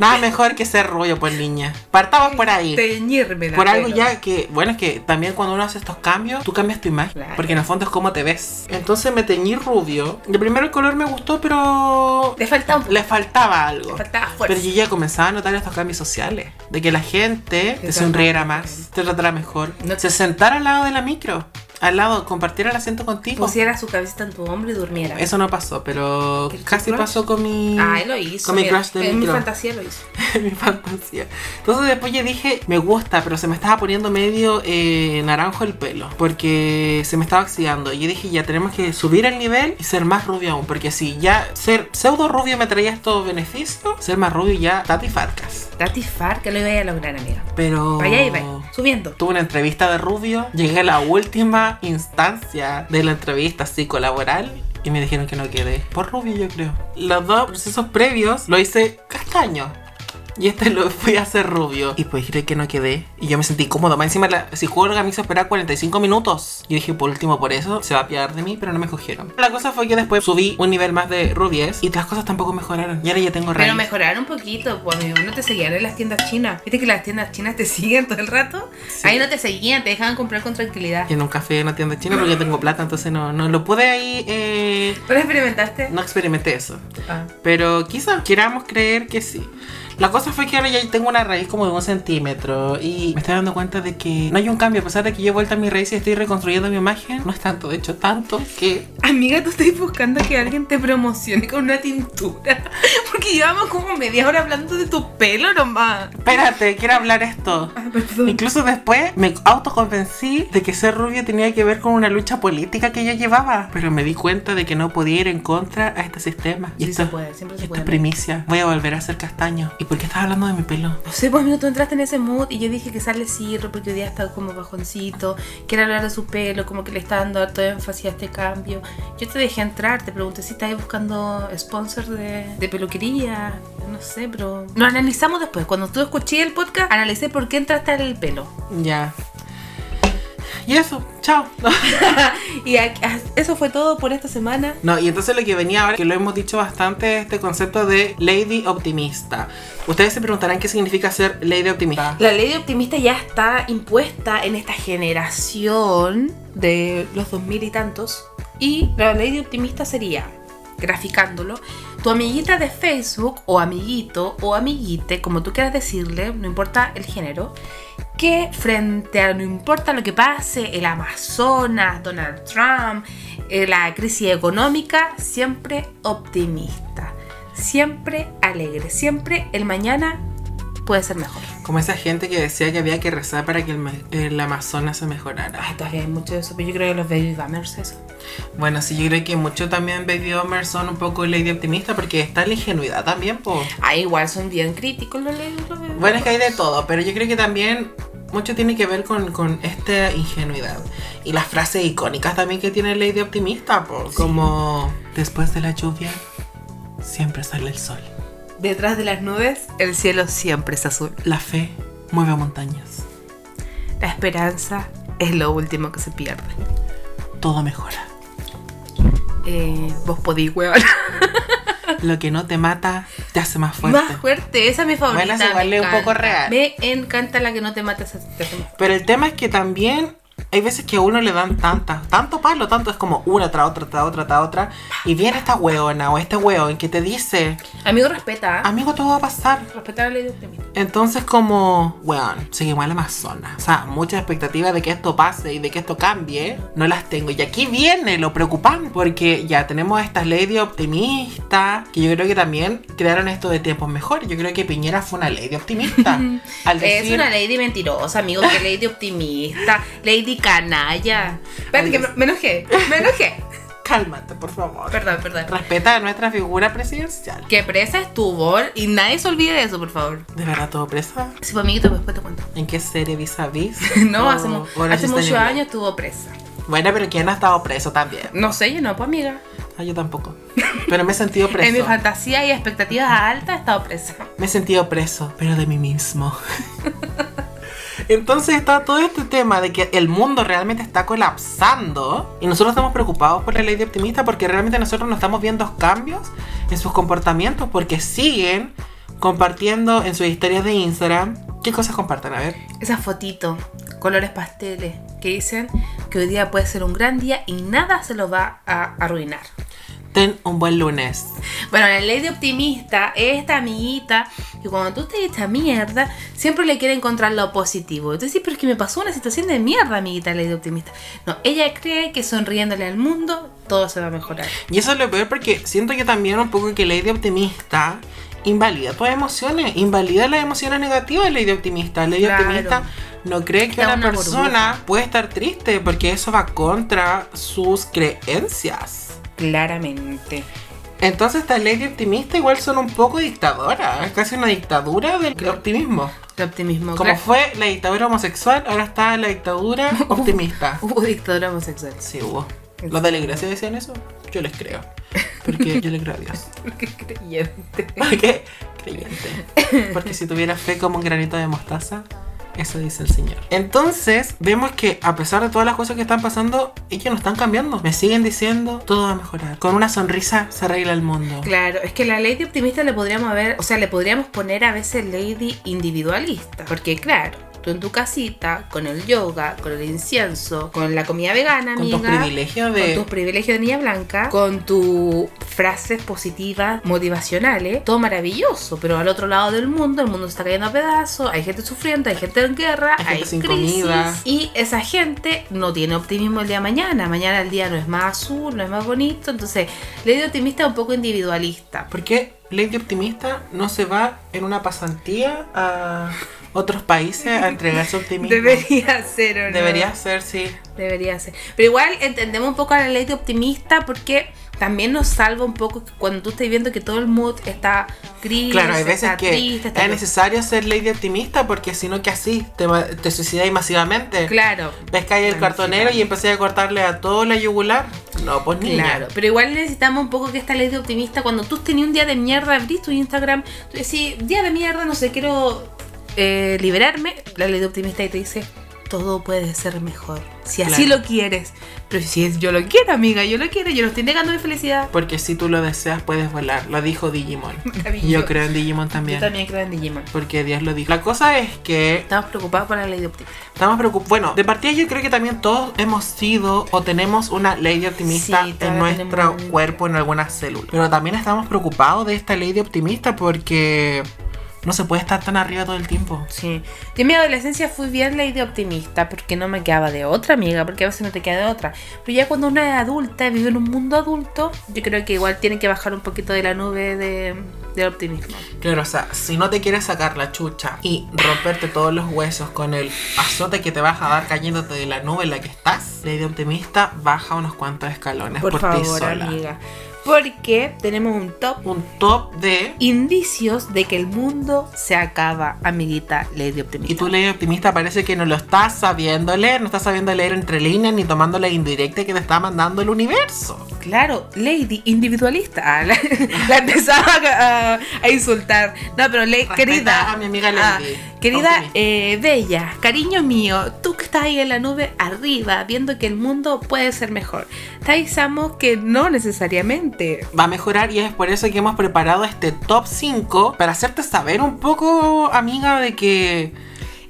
A: Nada mejor que ser rubio, pues niña. Partamos por ahí.
B: Teñirme la
A: Por algo
B: pelo.
A: ya que, bueno, es que también cuando uno hace estos cambios, tú cambias tu imagen.
B: Claro.
A: Porque en el fondo es cómo te ves. Entonces me teñí rubio. El primero el color me gustó, pero
B: Te falta un poco.
A: le faltaba algo.
B: faltaba fuerza.
A: Pero yo ya comenzaba a notar estos cambios sociales. De que la gente te sonriera más, te tratara mejor.
B: No-
A: Se sentara al lado de la micro. Al lado, compartiera el asiento contigo.
B: Pusiera su cabecita en tu hombro y durmiera.
A: Eso no pasó, pero
B: ¿Qué- qué
A: casi
B: crush?
A: pasó con mi...
B: Ah, él lo hizo.
A: Con mi
B: mira,
A: crush de
B: En mi
A: micro.
B: fantasía lo hizo.
A: mi fantasía. Entonces después yo dije, me gusta, pero se me estaba poniendo medio eh, naranjo el pelo, porque se me estaba oxidando. Y yo dije, ya tenemos que subir el nivel y ser más rubio aún, porque si ya ser pseudo rubio me traía estos beneficios, ser más rubio ya tati farcas.
B: Tati Far, que lo iba a lograr, amiga.
A: Pero...
B: Para allá iba, subiendo.
A: Tuve una entrevista de rubio, llegué a la última instancia de la entrevista psicolaboral. Y me dijeron que no quedé. Por rubio, yo creo. Los dos procesos previos lo hice castaño. Y este lo fui a hacer rubio. Y pues creer que no quedé. Y yo me sentí cómodo. Más encima, la- si juego organizo, esperar 45 minutos. Y dije, por último, por eso se va a piar de mí, pero no me cogieron. La cosa fue que después subí un nivel más de rubies y las cosas tampoco mejoraron. Y ahora ya tengo raíz.
B: Pero mejoraron un poquito, pues amigo, no te seguían en las tiendas chinas. Viste que las tiendas chinas te siguen todo el rato.
A: Sí.
B: Ahí no te seguían, te dejaban comprar con tranquilidad.
A: Y en un café en una tienda china porque yo tengo plata, entonces no, no lo pude ahí. eh,
B: ¿Pero experimentaste?
A: no experimenté eso.
B: Ah.
A: Pero quizás queramos creer que sí. La cosa fue que ahora ya tengo una raíz como de un centímetro y me estoy dando cuenta de que no hay un cambio. A pesar de que yo he vuelto a mi raíz y estoy reconstruyendo mi imagen, no es tanto, de hecho, tanto que
B: Amiga, tú estás buscando que alguien te promocione con una tintura. Porque llevamos como media hora hablando de tu pelo nomás.
A: Espérate, quiero hablar esto.
B: Ah, perdón.
A: Incluso después me autoconvencí de que ser rubio tenía que ver con una lucha política que yo llevaba. Pero me di cuenta de que no podía ir en contra a este sistema. Y
B: Sí
A: esto,
B: se puede, siempre se
A: esto es
B: puede.
A: primicia. Voy a volver a ser castaño. ¿Y por qué estás hablando de mi pelo?
B: No sé, pues amigo, tú entraste en ese mood y yo dije que sale cirro porque hoy día está como bajoncito, quiere hablar de su pelo, como que le está dando harto énfasis a este cambio. Yo te dejé entrar, te pregunté si estabas buscando sponsor de, de peluquería, no sé, pero... Lo analizamos después, cuando tú escuché el podcast, analicé por qué entraste al pelo.
A: Ya. Y eso, chao.
B: y a- a- eso fue todo por esta semana.
A: No, y entonces lo que venía ahora, que lo hemos dicho bastante, este concepto de lady optimista. Ustedes se preguntarán qué significa ser lady optimista.
B: La ley de optimista ya está impuesta en esta generación de los 2000 y tantos. Y la ley de optimista sería, graficándolo, tu amiguita de Facebook o amiguito o amiguite, como tú quieras decirle, no importa el género, que frente a no importa lo que pase, el Amazonas, Donald Trump, eh, la crisis económica, siempre optimista, siempre alegre, siempre el mañana puede ser mejor.
A: Como esa gente que decía que había que rezar para que el, ma- el Amazonas se mejorara.
B: Ay, todavía hay mucho de eso, pero yo creo que los baby boomers eso.
A: Bueno, sí, yo creo que mucho también Baby Homer son un poco lady optimista porque está la ingenuidad también, po.
B: Ah, igual son bien críticos los baby los baby
A: Bueno, es que hay de
B: boomers.
A: todo, pero yo creo que también mucho tiene que ver con, con esta ingenuidad. Y las frases icónicas también que tiene Lady Optimista, po, como después de la lluvia siempre sale el sol.
B: Detrás de las nubes, el cielo siempre es azul.
A: La fe mueve montañas,
B: La esperanza es lo último que se pierde.
A: todo mejora.
B: Eh, vos podís, huevón.
A: Lo que no te mata te hace más fuerte.
B: Más fuerte, esa es mi favorita.
A: Bueno, es igual,
B: me
A: es un poco
B: encanta.
A: real.
B: Me encanta la que no te mata, esa te hace más-
A: Pero el tema es que también hay veces que a uno le dan tantas, tanto palo, tanto es como una tras otra, tras otra, tras otra. Y viene esta weona o este weón que te dice,
B: Amigo, respeta. ¿ah?
A: amigo, todo va a pasar.
B: Respeta la ley de optimismo.
A: Entonces como, weón, seguimos al Amazonas. O sea, muchas expectativas de que esto pase y de que esto cambie, no las tengo. Y aquí viene lo preocupante, porque ya tenemos a estas lady optimistas, que yo creo que también crearon esto de tiempos mejores. Yo creo que Piñera fue una lady optimista. al
B: Es
A: decir,
B: una lady mentirosa, amigo, que lady optimista, lady canalla. Espérate, que me, me enojé, me enojé.
A: cálmate, por favor.
B: Perdón, perdón.
A: Respeta a nuestra figura presidencial.
B: Que presa estuvo y nadie se olvide de eso, por favor.
A: ¿De verdad todo presa?
B: Sí, pues amiguito, después te cuento.
A: ¿En qué serie vis a vis?
B: No,
A: ¿O
B: hace, mu-
A: Orange
B: hace
A: is the New
B: muchos
A: Black?
B: años estuvo presa.
A: Bueno, pero ¿quién ha estado preso también?
B: No sé, yo no, pues amiga.
A: Ah, yo tampoco. Pero me he sentido preso.
B: En mi fantasía y expectativas altas he estado presa.
A: Me he sentido preso, pero de mí mismo. Entonces está todo este tema de que el mundo realmente está colapsando y nosotros estamos preocupados por la ley de optimista porque realmente nosotros no estamos viendo cambios en sus comportamientos porque siguen compartiendo en sus historias de Instagram. ¿Qué cosas comparten? A ver.
B: Esas fotitos, colores pasteles, que dicen que hoy día puede ser un gran día y nada se lo va a arruinar.
A: Ten un buen lunes.
B: Bueno, la ley de optimista es esta amiguita que cuando tú te esta mierda, siempre le quiere encontrar lo positivo. Entonces, sí, pero es que me pasó una situación de mierda, amiguita ley de optimista. No, ella cree que sonriéndole al mundo, todo se va a mejorar.
A: Y eso es lo peor porque siento que también un poco que Lady Optimista invalida tus emociones, invalida las emociones negativas de Lady Optimista. Lady
B: Claro.
A: Optimista no cree que una,
B: Está una
A: persona
B: burbuja.
A: puede estar triste porque eso va contra sus creencias.
B: Claramente.
A: Entonces estas Lady Optimista igual son un poco dictadoras, es casi una dictadura del optimismo.
B: El optimismo.
A: Como
B: claro.
A: fue la dictadura homosexual, ahora está la dictadura optimista.
B: Hubo dictadura homosexual.
A: Sí, hubo. Los de la iglesia decían eso, yo les creo. Porque yo le creo a Dios.
B: Qué creyente.
A: Porque creyente. Porque si tuviera fe como un granito de mostaza, eso dice el Señor. Entonces, vemos que a pesar de todas las cosas que están pasando, ellos no están cambiando. Me siguen diciendo, todo va a mejorar. Con una sonrisa se arregla el mundo.
B: Claro, es que la Lady Optimista le podríamos haber, o sea, le podríamos poner a veces Lady Individualista. Porque, claro, tú en tu casita, con el yoga, con el incienso, con la comida vegana,
A: Con tus
B: amiga,
A: privilegios
B: con
A: de...
B: tus privilegios de niña blanca, con tus frases positivas, motivacionales, todo maravilloso. Pero al otro lado del mundo, el mundo se está cayendo a pedazos, hay gente sufriendo, hay gente en guerra,
A: Hay
B: hay,
A: gente sin
B: crisis.
A: comida.
B: Y esa gente no tiene optimismo el día de mañana. Mañana el día no es más azul, no es más bonito. Entonces, la idea optimista es un poco individualista.
A: ¿Por qué Lady Optimista no se va en una pasantía a otros países a entregar su optimismo?
B: Debería ser, ¿o no?
A: Debería ser, sí.
B: Debería ser. Pero igual entendemos un poco a la ley de optimista porque también nos salva un poco que cuando tú estás viendo que todo el mood está gris,
A: Claro, hay veces
B: está
A: que
B: triste, está
A: es necesario ser Lady Optimista porque si no, que así te, ma- te suicidáis masivamente.
B: Claro.
A: Ves que hay el
B: Bueno,
A: cartonero
B: sí,
A: y empecé a cortarle a todo la yugular. No, pues niña.
B: Claro, pero igual necesitamos un poco que esta ley de optimista, cuando tú tenías un día de mierda, abrís tu Instagram, tú decís, día de mierda, no sé, quiero eh, liberarme, la ley de optimista y te dice, todo puede ser mejor, si así
A: Claro.
B: lo quieres, pero si es, yo lo quiero, amiga, yo lo quiero, yo no estoy negando mi felicidad.
A: Porque si tú lo deseas, puedes volar. Lo dijo Digimon. Yo
B: Maravilloso.
A: creo en Digimon también.
B: Yo también creo en Digimon.
A: Porque Dios lo dijo. La cosa es que
B: Estamos preocupados por la ley de optimista.
A: estamos preocupados. Bueno, de partida yo creo que también todos hemos sido o tenemos una ley de optimista
B: Sí,
A: en
B: todas
A: nuestro
B: tenemos.
A: cuerpo, en algunas células. Pero también estamos preocupados de esta ley de optimista porque no se puede estar tan arriba todo el tiempo.
B: Sí. Yo en mi adolescencia fui bien ley de optimista porque no me quedaba de otra, amiga, porque a veces no te queda de otra. Pero ya cuando una es adulta y vive en un mundo adulto, yo creo que igual tiene que bajar un poquito de la nube de, del optimismo.
A: Claro, o sea, si no te quieres sacar la chucha y romperte todos los huesos con el azote que te vas a dar cayéndote de la nube en la que estás, Lady Optimista baja unos cuantos escalones por,
B: Por,
A: ti
B: favor,
A: sola.
B: amiga. Porque tenemos un top
A: Un top de.
B: indicios de que el mundo se acaba, amiguita ley de optimista.
A: Y tú, Lady Optimista, parece que no lo estás sabiendo leer, no estás sabiendo leer entre líneas ni tomando la indirecta que te está mandando el universo.
B: Claro, lady individualista. Ah, la, la empezaba a, a- a insultar. No, pero le-
A: Respeta
B: querida. ah,
A: a mi amiga lady.
B: querida,
A: Optimista.
B: eh, bella, cariño mío, tú que estás ahí en la nube arriba, viendo que el mundo puede ser mejor. Te avisamos que no necesariamente.
A: Va a mejorar y es por eso que hemos preparado este top 5 para hacerte saber un poco, amiga, de que,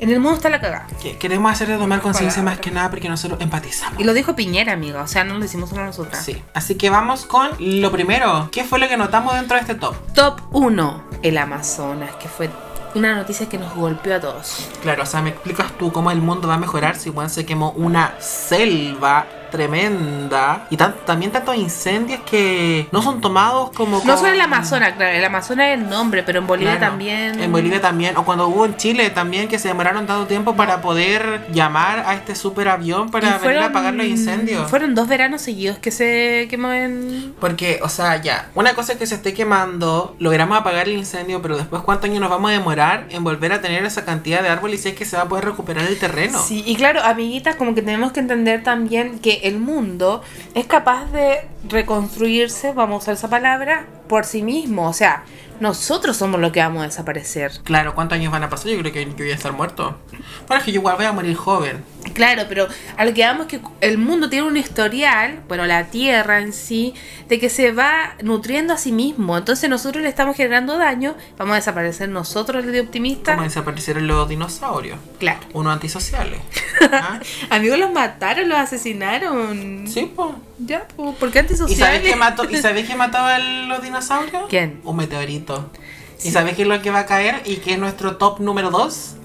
B: En el mundo está la cagada.
A: que queremos hacerte tomar conciencia
B: Palabra.
A: más que nada porque nosotros empatizamos.
B: Y lo dijo Piñera, amiga. O sea, no lo decimos solo nosotras.
A: Sí, Ah, así que vamos con lo primero. ¿Qué fue lo que notamos dentro de este top?
B: Top 1, el Amazonas, que fue una noticia que nos golpeó a todos.
A: Claro, o sea, ¿me explicas tú cómo el mundo va a mejorar si Juan se quemó una selva tremenda? Y tan- también tantos incendios que no son tomados como...
B: No
A: con-
B: solo el Amazonas, claro, el Amazonas es el nombre, pero en Bolivia
A: Claro.
B: también.
A: En Bolivia también, o cuando hubo en Chile también, que se demoraron tanto tiempo para poder llamar a este superavión para
B: Y
A: venir a apagar los incendios.
B: Fueron dos veranos seguidos que se quemó en.
A: Porque, o sea, ya, una cosa es que se esté quemando, logramos apagar el incendio, pero después cuántos años nos vamos a demorar en volver a tener esa cantidad de árboles y si es que se va a poder recuperar el terreno.
B: Sí, y claro, amiguitas, como que tenemos que entender también que el mundo es capaz de reconstruirse, vamos a usar esa palabra, por sí mismo. O sea, nosotros somos los que vamos a desaparecer.
A: Claro, ¿cuántos años van a pasar? Yo creo que yo voy a estar muerto. Bueno, es que yo igual voy a morir joven.
B: Claro, pero a lo que vamos es que el mundo tiene un historial, bueno, la Tierra en sí, de que se va nutriendo a sí mismo. Entonces nosotros le estamos generando daño, vamos a desaparecer nosotros, el de optimista.
A: Como desaparecieron los dinosaurios,
B: Claro.
A: unos antisociales. ¿Ah?
B: Amigos, los mataron, los asesinaron.
A: Sí, pues.
B: Ya, po, ¿por qué
A: ¿Y
B: antisociales?
A: sabés qué mató, ¿y sabés qué mató a los dinosaurios?
B: ¿Quién?
A: Un meteorito. ¿Y
B: Sí.
A: sabés qué es lo que va a caer y que es nuestro top número 2?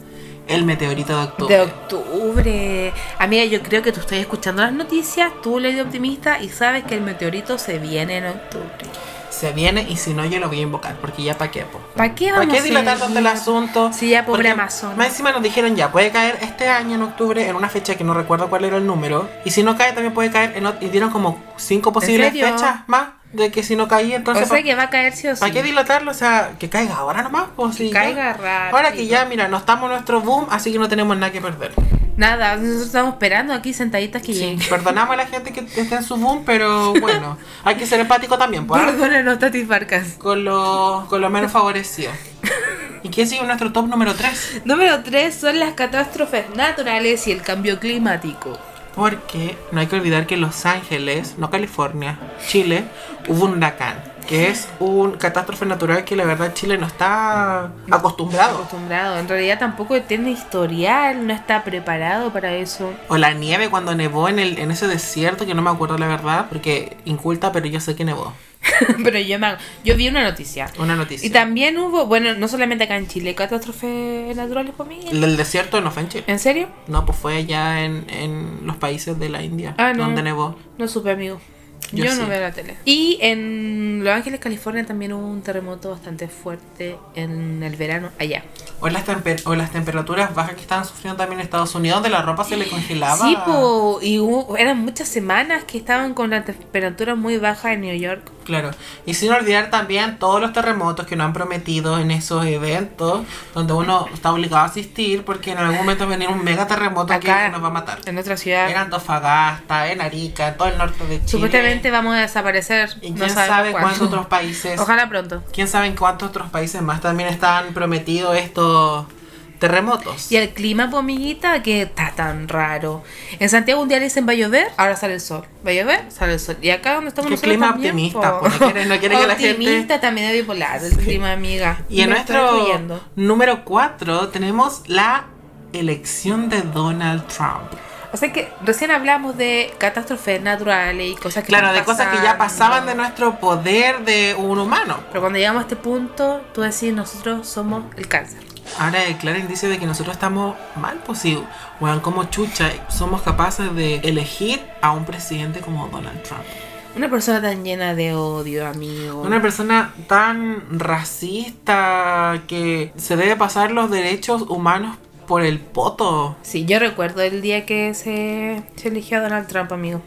A: El meteorito de octubre.
B: De octubre. Amiga, yo creo que tú estás escuchando las noticias, tú ley de optimista y sabes que el meteorito se viene en octubre.
A: se viene y si no yo lo voy a invocar porque ya pa' qué po.
B: ¿Para qué
A: ¿Para
B: vamos
A: qué
B: a
A: dilatar tanto el
B: seguir?
A: asunto?
B: Sí, ya, pobre
A: Porque
B: Amazonas.
A: Más encima nos dijeron ya, puede caer este año en octubre en una fecha que no recuerdo cuál era el número. Y si no cae también puede caer en ot- Y dieron como cinco posibles
B: serio?
A: fechas más de que si no caía entonces...
B: O sea
A: pa-
B: que va a caer sí o sí.
A: ¿Para qué dilatarlo? O sea, que caiga ahora nomás. po, si ya-
B: Caiga rápido.
A: Ahora que ya, mira, no estamos en nuestro boom, así que no tenemos nada que perder.
B: Nada, nosotros estamos esperando aquí sentaditas que
A: Sí,
B: lleguen.
A: perdonamos a la gente que esté en su boom, pero bueno, hay que ser empático también, pues, ¿ah?
B: Perdónenos, Tati Farcas.
A: con los con los menos favorecidos. ¿Y qué sigue nuestro top número 3?
B: Número 3 son las catástrofes naturales y el cambio climático.
A: Porque no hay que olvidar que en Los Ángeles, no California, Chile, hubo un huracán. Que es una catástrofe natural que la verdad Chile no está acostumbrado.
B: Acostumbrado, en realidad tampoco tiene historial, no está preparado para eso.
A: O la nieve cuando nevó en, el, en ese desierto, que no me acuerdo la verdad, porque inculta, pero yo sé que nevó.
B: Pero yo, me, yo vi una noticia.
A: Una noticia.
B: Y también hubo, bueno, no solamente acá en Chile, catástrofes naturales por mí.
A: El del desierto no fue en Chile.
B: ¿En serio?
A: No, pues fue allá en, en los países de la India,
B: Ah, no.
A: donde nevó.
B: No supe, amigo.
A: Yo
B: Yo,
A: sí.
B: no veo la tele. Y en Los Ángeles, California, también hubo un terremoto bastante fuerte en el verano allá.
A: O las, temper- o las temperaturas bajas que estaban sufriendo también en Estados Unidos, donde la ropa se le congelaba.
B: Sí, po, y hubo- eran muchas semanas que estaban con la temperatura muy baja en New York.
A: Claro. Y sin olvidar también todos los terremotos que nos han prometido en esos eventos, donde uno está obligado a asistir porque en algún momento va a venir un mega terremoto
B: Acá.
A: que nos va a matar.
B: En otra ciudad,
A: En Antofagasta, en Arica, en todo el norte de Chile.
B: supuestamente vamos a desaparecer.
A: Y
B: no
A: quién
B: sabemos
A: sabe cuántos
B: cuándo.
A: otros países.
B: Ojalá pronto.
A: ¿Quién sabe en cuántos otros países más también están prometidos estos terremotos?
B: Y el clima, po, amiguita, que está tan raro. En Santiago un día le dicen va a llover, ahora sale el sol. Va a llover, sale el sol. Y acá donde estamos
A: Qué
B: nosotros
A: clima
B: también,
A: optimista,
B: po.
A: po, no quiere- no quiere que la gente-
B: Optimista también es bipolar, el clima, amiga.
A: Y en
B: Me estoy
A: nuestro
B: incluyendo.
A: número 4 tenemos la elección de Donald Trump.
B: O sea que recién hablamos de catástrofes naturales y cosas que
A: Claro,
B: están
A: de cosas que ya pasaban
B: pasando.
A: de nuestro poder de un humano.
B: Pero cuando llegamos a este punto, tú decís, nosotros somos el cáncer.
A: Ahora Clarence dice de que nosotros estamos mal, pues sí, weón, como chucha, somos capaces de elegir a un presidente como Donald Trump.
B: Una persona tan llena de odio, amigo.
A: Una persona tan racista que se debe pasar los derechos humanos por el poto.
B: Sí, yo recuerdo el día que se, se eligió a Donald Trump, amigo.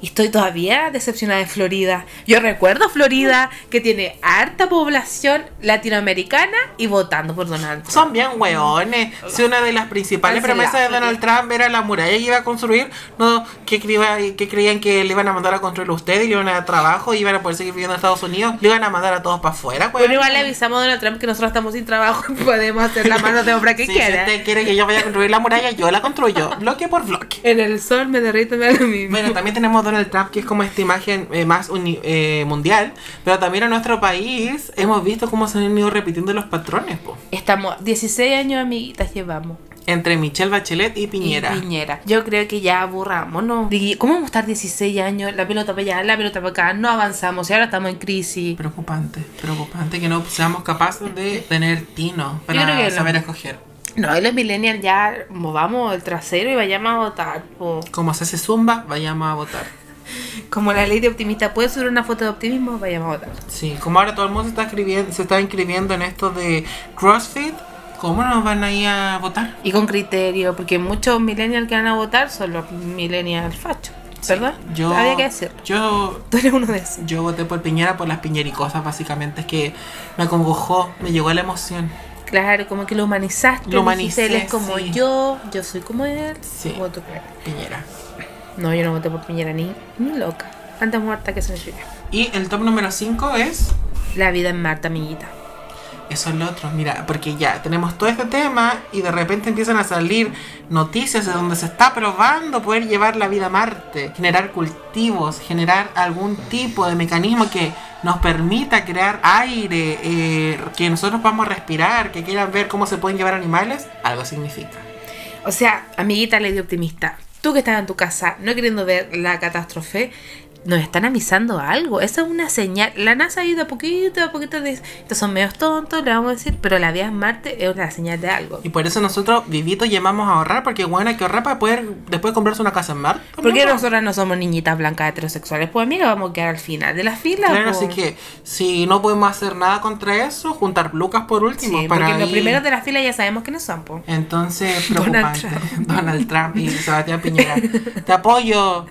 B: Y estoy todavía decepcionada de Florida. Yo recuerdo Florida, que tiene harta población latinoamericana y votando por Donald Trump.
A: Son bien hueones. Si una de las principales
B: Cancelado.
A: promesas de Donald Trump era la muralla que iba a construir, no que, cre- que creían que le iban a mandar a construir a usted y le iban a dar trabajo y iban a poder seguir viviendo en Estados Unidos, le iban a mandar a todos para afuera,
B: Bueno, igual le avisamos a Donald Trump que nosotros estamos sin trabajo y podemos hacer la mano de obra que
A: Sí,
B: quiera.
A: Si usted quiere que yo vaya a construir la muralla, yo la construyo, bloque por bloque.
B: En el sol me derrito me da lo mismo.
A: Bueno, también tenemos Donald Trump, que es como esta imagen eh, más uni- eh, mundial, pero también en nuestro país hemos visto cómo se han ido repitiendo los patrones, po.
B: Estamos 16 años, amiguitas, llevamos.
A: entre Michelle Bachelet y Piñera.
B: Y Piñera. Yo creo que ya aburrámonos. Dije, ¿Cómo vamos a estar 16 años? La pelota para allá, la pelota para acá, no avanzamos y ahora estamos en crisis.
A: Preocupante, preocupante que no seamos capaces de tener tino
B: Yo creo
A: para
B: que no.
A: saber escoger.
B: No, y los millennials ya movamos el trasero y vayamos a votar. po.
A: Como se hace zumba, vayamos a votar.
B: Como la ley de optimista puede subir una foto de optimismo, vayamos a votar.
A: Sí, como ahora todo el mundo se está, escribiendo, se está inscribiendo en esto de CrossFit, ¿cómo nos van a ir a votar?
B: Y con criterio, porque muchos millennials que van a votar son los millennials fachos, ¿verdad?
A: Yo,
B: Había que decirlo.
A: Yo,
B: Tú eres uno de esos.
A: yo voté por Piñera por las piñericosas, básicamente. Es que me acongojó, me llegó la emoción.
B: Claro, como que lo humanizaste.
A: Lo
B: dijiste, Él
A: humanicé,
B: es como
A: sí.
B: yo, yo soy como él.
A: Sí.
B: Voto por él.
A: Piñera.
B: No, yo no voté por Piñera ni, ni loca. Antes muerta que se me
A: Y el top número 5 es
B: La vida en Marta, amiguita.
A: Eso es lo otro, mira, porque ya tenemos todo este tema y de repente empiezan a salir noticias de donde se está probando poder llevar la vida a Marte, generar cultivos, generar algún tipo de mecanismo que nos permita crear aire, eh, que nosotros podamos respirar, que quieran ver cómo se pueden llevar animales, algo significa.
B: O sea, amiguita lady optimista, tú que estás en tu casa no queriendo ver la catástrofe, nos están avisando algo. Esa es una señal. La NASA ha ido a poquito a poquito. De... Estos son medios tontos, le vamos a decir, pero la vida en Marte es una señal de algo.
A: Y por eso nosotros vivitos llamamos a ahorrar, porque bueno, hay que ahorrar para poder después comprarse una casa en Marte.
B: ¿Por qué
A: ¿no?
B: nosotras no somos niñitas blancas heterosexuales? Pues amiga, vamos a quedar al final de la fila.
A: Claro,
B: po.
A: así que si no podemos hacer nada contra eso, juntar lucas por
B: Sí,
A: último. para
B: porque los
A: ir-
B: primeros de la fila ya sabemos que no son, po.
A: Entonces,
B: Donald
A: preocupante. Donald Trump, y Sebastián Piñera. Te apoyo.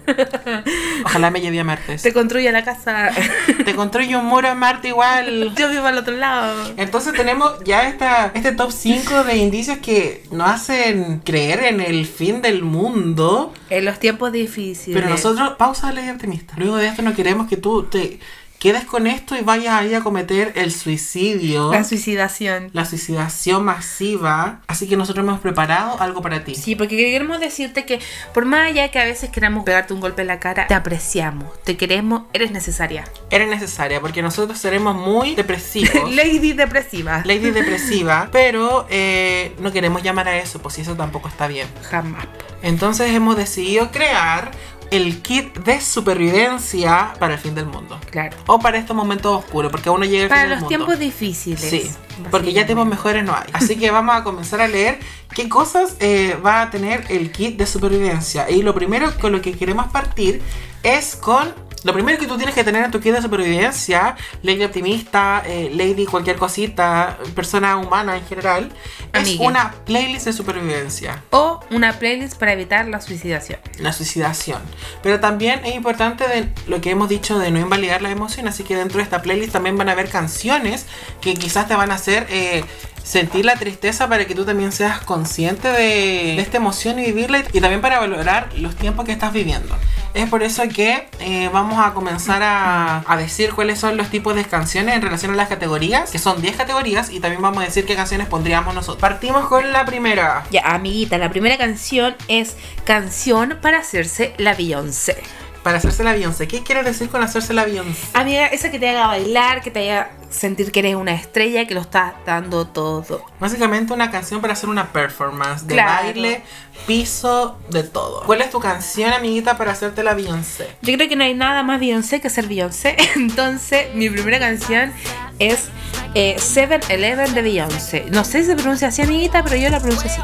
A: Ojalá me lleve a Marte.
B: Se construye la casa.
A: Te construyo un muro en Marte igual.
B: Yo vivo al otro lado.
A: Entonces tenemos ya esta, este top 5 de indicios que nos hacen creer en el fin del mundo.
B: En los tiempos difíciles.
A: Pero nosotros, pausa la ley optimista. Luego de esto no queremos que tú te quedes con esto y vayas ahí a cometer el suicidio,
B: La suicidación.
A: la suicidación masiva. Así que nosotros hemos preparado algo para ti.
B: Sí, porque queremos decirte que por más allá que a veces queramos pegarte un golpe en la cara, te apreciamos, te queremos, eres necesaria.
A: Era necesaria porque nosotros seremos muy depresivos.
B: Lady depresiva.
A: Lady depresiva, pero eh, no queremos llamar a eso, pues si eso tampoco está bien.
B: Jamás.
A: Entonces hemos decidido crear el kit de supervivencia para el fin del mundo.
B: Claro.
A: O para estos momentos oscuros, porque uno llega al
B: Para
A: fin del
B: los
A: mundo.
B: tiempos difíciles.
A: Sí, porque ya tiempos mejores no hay. Así que vamos a comenzar a leer qué cosas eh, va a tener el kit de supervivencia. Y lo primero con lo que queremos partir es con... Lo primero que tú tienes que tener en tu kit de supervivencia, lady optimista, eh, lady cualquier cosita, persona humana en general,
B: Amigue.
A: es una playlist de supervivencia,
B: O una playlist para evitar la suicidación.
A: la suicidación. Pero también es importante de lo que hemos dicho de no invalidar la emoción, así que dentro de esta playlist también van a haber canciones que quizás te van a hacer eh, sentir la tristeza para que tú también seas consciente de, de esta emoción y vivirla y también para valorar los tiempos que estás viviendo. Es por eso que eh, vamos a comenzar a, a decir cuáles son los tipos de canciones en relación a las categorías, que son 10 categorías, y también vamos a decir qué canciones pondríamos nosotros. Partimos con la primera.
B: Ya, amiguita, la primera canción es Canción para hacerse la Beyoncé.
A: Para hacerse la Beyoncé. ¿Qué quieres decir con hacerse la Beyoncé?
B: Amiga, esa que te haga bailar, que te haga sentir que eres una estrella, que lo estás dando todo.
A: Básicamente una canción para hacer una performance de
B: Claro.
A: baile, piso, de todo. ¿Cuál es tu canción, amiguita, para hacerte la Beyoncé?
B: Yo creo que no hay nada más Beyoncé que ser Beyoncé. Entonces, mi primera canción es eh, 7-Eleven de Beyoncé. No sé si se pronuncia así, amiguita, pero yo la pronuncio así.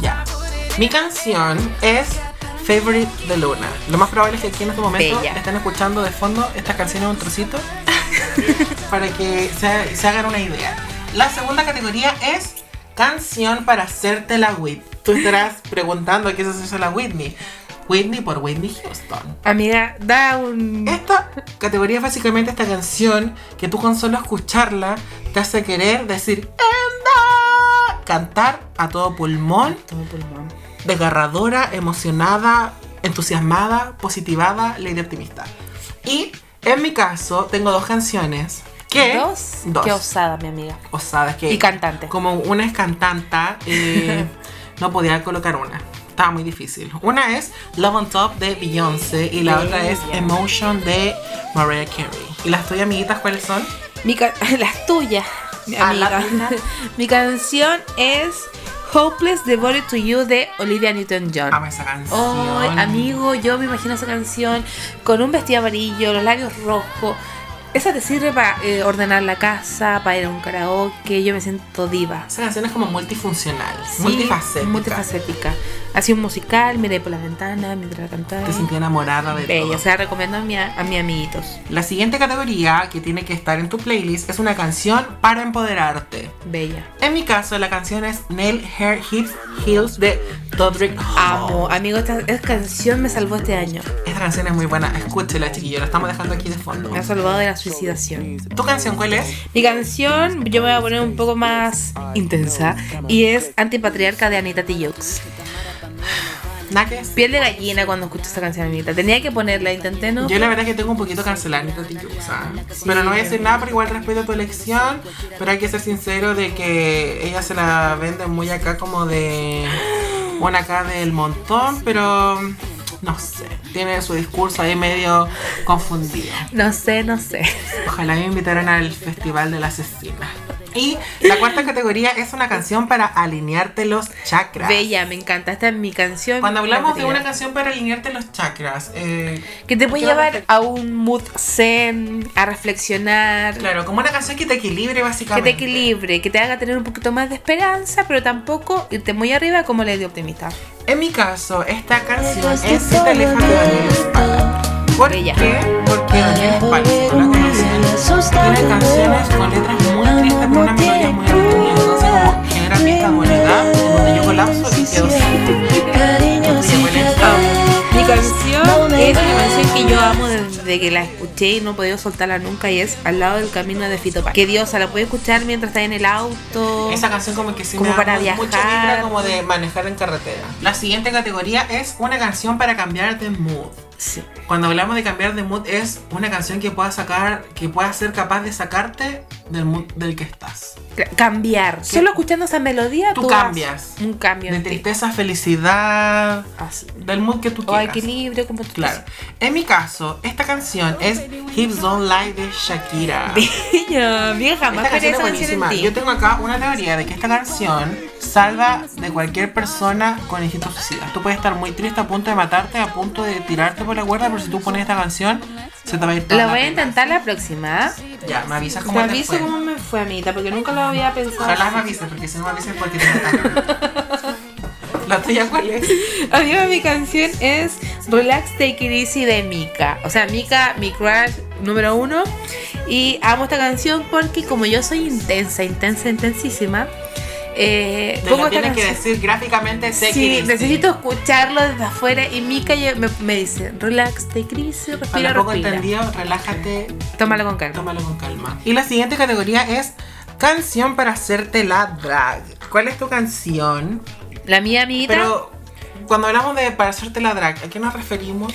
A: Ya. Mi canción es Favorite de Luna. Lo más probable es que aquí en este momento
B: Bella.
A: están escuchando de fondo estas canciones un trocito para que se, se hagan una idea. La segunda categoría es canción para hacerte la Whitney. Tú estarás preguntando qué es hacerse la Whitney. Whitney por Whitney Houston.
B: Amiga, da un.
A: Esta categoría es básicamente esta canción que tú con solo escucharla te hace querer decir ¡Anda! Cantar a todo pulmón,
B: Todo pulmón.
A: desgarradora, emocionada, entusiasmada, positivada, lady optimista. Y en mi caso tengo dos canciones que...
B: Dos.
A: Dos.
B: Qué osada, mi amiga.
A: Osadas que...
B: Y cantante.
A: Como una es cantanta, eh, no podía colocar una. Estaba muy difícil. Una es Love on Top de Beyoncé y la otra es
B: Bella.
A: Emotion de Mariah Carey. ¿Y las tuyas, amiguitas, cuáles son?
B: Mi ca- las tuyas, mi
A: Ah, la
B: amiga.
A: tuya.
B: mi canción es Hopeless Devoted to You de Olivia Newton-John.
A: Amo esa canción.
B: Ay, amigo, yo me imagino esa canción con un vestido amarillo, los labios rojos. Esa te sirve para eh, ordenar la casa, para ir a un karaoke. Yo me siento diva.
A: Esa canción es como multifuncional,
B: Sí,
A: multifacética.
B: Multifacética. Así un musical, miré por la ventana mientras la cantaba.
A: Te sentí enamorada de
B: Bella,
A: todo.
B: o sea, recomiendo a, mi, a mis amiguitos.
A: La siguiente categoría que tiene que estar en tu playlist es una canción para empoderarte.
B: Bella.
A: En mi caso, la canción es Nail Hair Hips Heels de Dodrick Hall.
B: Amo, amigo, esta, esta canción me salvó este año.
A: Esta canción es muy buena, escúchela chiquillo, la estamos dejando aquí de fondo.
B: Me ha salvado de la suicidación.
A: ¿Tu canción cuál es?
B: Mi canción, yo me voy a poner un poco más intensa, y es Antipatriarca de Anita Tijoux.
A: Nakes.
B: Piel de gallina cuando escucho esta canción, amiguita. Tenía que ponerla, intenté no.
A: Yo la verdad es que tengo un poquito cancelada en esta actitud, o sea, Pero no voy a decir nada, pero igual respeto tu elección. Pero hay que ser sincero de que ella se la vende muy acá como de... Bueno, acá del montón, pero... No sé, tiene su discurso ahí medio confundido.
B: No sé, no sé.
A: Ojalá me invitaran al Festival de la Asesina. Y la cuarta categoría es una canción para alinearte los chakras.
B: Bella, me encanta. Esta es mi canción.
A: Cuando hablamos de
B: preferida.
A: una canción para alinearte los chakras, eh,
B: Que te puede
A: ¿Qué vamos a
B: llevar a un mood zen, a reflexionar,
A: claro, como una canción que te equilibre
B: que te
A: básicamente.
B: equilibre, que te haga tener un poquito más de esperanza, pero tampoco irte muy arriba como le di optimista.
A: En mi caso, esta canción es de Alejandro Daniel Espala. ¿Por
B: Bella.
A: qué? Porque Daniel Espala, si tú la conoces, tiene canciones con letras muy tristes, con una melodía muy aburrida, entonces como genera pista bonita, en donde yo colapso y quedo sin.
C: Cariño, si te
B: Oh, Mi canción
C: ves,
B: es una canción que yo amo desde que la escuché y no he podido soltarla nunca y es Al lado del camino de Fito Páez. Que Dios, la puede escuchar mientras está en el auto.
A: Esa canción como que sí
B: Como
A: me da
B: para
A: mu- mucha
B: viajar.
A: vibra como de manejar en carretera. La siguiente categoría es una canción para cambiar de mood.
B: Sí.
A: Cuando hablamos de cambiar de mood es una canción que pueda sacar, que pueda ser capaz de sacarte del mood del que estás.
B: Cla- Cambiar.
A: Sí.
B: Solo escuchando esa melodía
A: Tú
B: vas-
A: cambias.
B: Un cambio
A: De
B: en ti.
A: tristeza, a felicidad,
B: Así. Oh,
A: del mood que tú
B: O
A: quieras.
B: equilibrio, como tú
A: Claro. En mi caso, esta canción es Hips Don't Lie de Shakira.
B: Niño, vieja,
A: Esta
B: más
A: canción
B: quería
A: es
B: esa canción en
A: buenísima. Yo
B: ti.
A: tengo acá una teoría de que esta canción salva de cualquier persona con instinto suicida. Tú puedes estar muy triste, a punto de matarte, a punto de tirarte por la cuerda, pero si tú pones esta canción, se te va a ir toda
B: Lo
A: la
B: voy a
A: pena.
B: intentar la próxima.
A: Ya, me avisas
B: Te
A: cómo te
B: aviso
A: fue.
B: cómo me fue, amiguita, porque nunca lo había pensado.
A: Ojalá me avises, porque si no me avisas porque te matan. ¿La tuya cuál es?
B: Amiga, mi canción es Relax Take It Easy de Mika. O sea, Mika, mi crush número uno. Y amo esta canción porque como yo soy intensa, intensa, intensísima, eh,
A: Te
B: pongo
A: lo
B: esta
A: tienes que
B: canción.
A: decir gráficamente sexy.
B: Sí, necesito escucharlo desde afuera y Mika ya me, me dice, relax, take it easy,
A: Para
B: respira,
A: poco
B: respira.
A: entendido, relájate,
B: Tómalo con calma.
A: tómalo con calma. Y la siguiente categoría es canción para hacerte la drag. ¿Cuál es tu canción?
B: La mía amiguita,
A: Pero cuando hablamos de para hacerte la drag, ¿a qué nos referimos?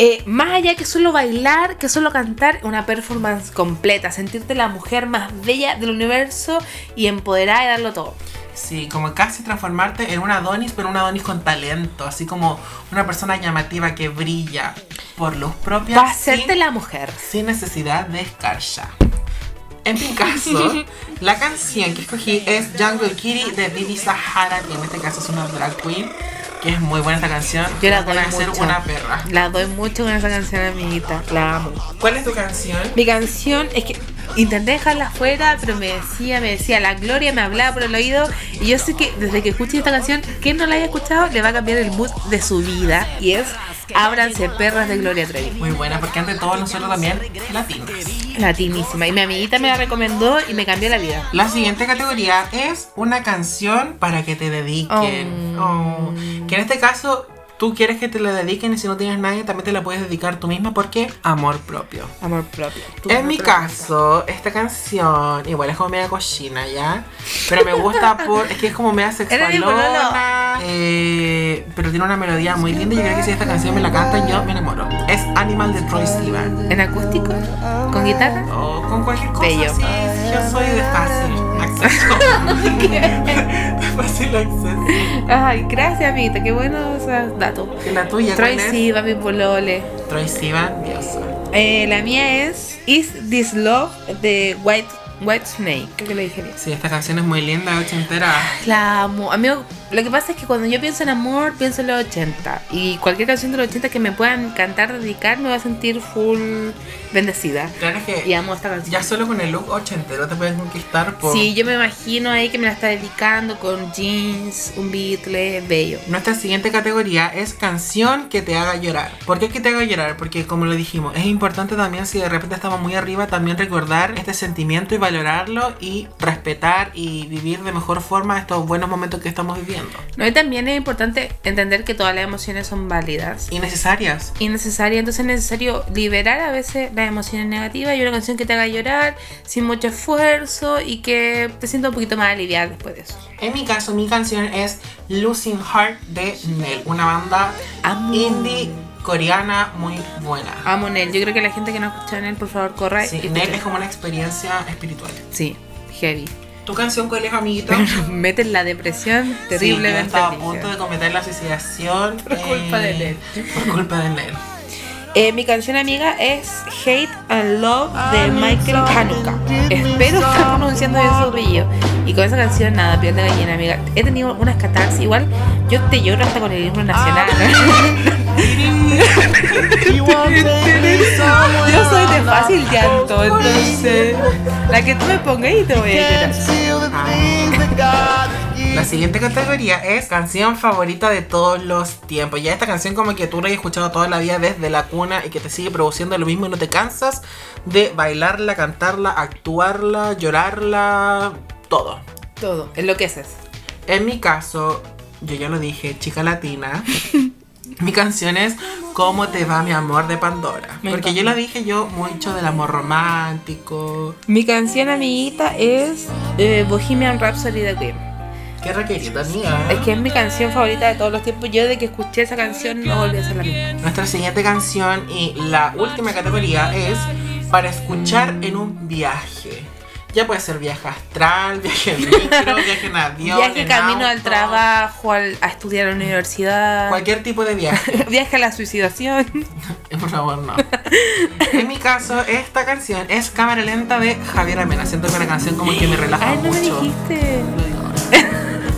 B: eh, más allá que solo bailar, que solo cantar, una performance completa, sentirte la mujer más bella del universo y empoderada y darlo todo.
A: Sí, como casi transformarte en una Adonis, pero una Adonis con talento, así como una persona llamativa que brilla por luz propia.
B: Va a hacerte
A: sin-
B: la mujer.
A: sin necesidad de escarcha. En mi caso, la canción que escogí es Jungle Kitty de Bibi Sahara, que en este caso es una drag queen, que es muy buena esta canción.
B: Yo la
A: van a
B: doy
A: hacer
B: mucho.
A: una perra.
B: La doy mucho con esa canción, amiguita. La amo.
A: ¿Cuál es tu canción?
B: Mi canción es que intenté dejarla fuera, pero me decía, me decía, la Gloria me hablaba por el oído. Y yo sé que desde que escuché esta canción, quien no la haya escuchado, le va a cambiar el mood de su vida. Y es Ábranse Perras de Gloria Trevi.
A: Muy buena, porque ante todo nosotros también latinos.
B: Latinísima. Y mi amiguita me la recomendó y me cambió la vida.
A: La siguiente categoría es una canción para que te dediquen.
B: Oh.
A: Oh, Que en este caso tú quieres que te la dediquen y si no tienes nadie también te la puedes dedicar tú misma porque amor propio.
B: Amor propio. Tú,
A: En
B: amor
A: mi
B: propio.
A: caso, esta canción igual es como media cochina, ¿ya? Pero me gusta por... Es que es como media
B: Era mi pololo.
A: sexualona. eh, pero tiene una melodía muy linda y yo creo que si esta canción me la cantan yo me enamoro. Es Animal de Troy Sivan.
B: En acústico, con guitarra.
A: O con cualquier cosa
B: Bello.
A: así, Yo soy de fácil acceso. de fácil acceso.
B: Ay, gracias, amiguita. Qué buenos esos datos.
A: ¿Y la tuya
B: Troy
A: cuál es?
B: Siva, mi polole.
A: Troy Sivan, diosa.
B: Eh, la mía es Is This Love de White, White Snake. Creo que lo dije bien.
A: Sí, esta canción es muy linda, ochentera.
B: La amo. Amigo, lo que pasa es que cuando yo pienso en amor, pienso en los 80. Y cualquier canción de los 80 que me puedan cantar, dedicar, me va a sentir full bendecida.
A: Claro es
B: Y
A: que
B: amo esta canción.
A: ya solo con el look ochentero te puedes conquistar por...
B: Sí, yo me imagino ahí que me la está dedicando con jeans, un beatle, bello.
A: Nuestra siguiente categoría es canción que te haga llorar. ¿Por qué que te haga llorar? Porque como lo dijimos, es importante también si de repente estamos muy arriba, también recordar este sentimiento y valorarlo y respetar y vivir de mejor forma estos buenos momentos que estamos viviendo.
B: No, y también es importante entender que todas las emociones son válidas.
A: Y necesarias.
B: innecesaria. Entonces es necesario liberar a veces las emociones negativas y una canción que te haga llorar sin mucho esfuerzo y que te sienta un poquito más aliviada después de eso.
A: En mi caso, mi canción es Losing Heart de Nell, una banda
B: Amo.
A: indie coreana muy buena.
B: Amo Nel. Yo creo que la gente que no escuchado Nel, por favor, corra. y
A: Sí,
B: escuche.
A: Nell es como una experiencia espiritual.
B: Sí, heavy.
A: ¿Tu canción cuál es, amiguito?
B: Mete en la depresión
A: Sí, yo
B: terriblemente.
A: estaba a
B: brígida.
A: punto de cometer la suicidación. Por
B: culpa de Nel.
A: Por culpa de Nel.
B: Eh, mi canción amiga es Hate and Love
A: Ah,
B: de Michael Hanukkah. Espero estar pronunciando bien su apellido. Y con esa canción, nada, piel de gallina, amiga. He tenido unas catarsis. Igual yo te lloro hasta con el himno
A: Ah,
B: nacional. yo soy de fácil llanto, entonces. La que tú me pongas y te voy a llorar.
A: La siguiente categoría es canción favorita de todos los tiempos. Ya esta canción como que tú la has escuchado toda la vida desde la cuna y que te sigue produciendo lo mismo y no te cansas de bailarla, cantarla, actuarla, llorarla, todo.
B: Todo, enloqueces.
A: En mi caso, yo ya lo dije, chica latina. mi canción es ¿Cómo te va mi amor de Pandora?
B: Me
A: Porque
B: encanta.
A: yo lo dije yo mucho del amor romántico.
B: Mi canción amiguita es eh, Bohemian Rhapsody de Queen.
A: Qué requerida, amiga.
B: Es que es mi canción favorita de todos los tiempos. Yo de que escuché esa canción no volví a ser la misma.
A: Nuestra siguiente canción y la última categoría es para escuchar en un viaje. Ya puede ser viaje astral, viaje en micro, viaje en avión.
B: Viaje
A: en
B: camino al
A: auto,
B: trabajo, al- a estudiar a la universidad.
A: Cualquier tipo de viaje.
B: Viaje a la suicidación.
A: Por favor, no. En mi caso, esta canción es Cámara Lenta de Javier Amena. Siento que una canción como que me relaja
B: Ay, no me
A: Ah, mucho.
B: dijiste.
A: Lo digo ahora.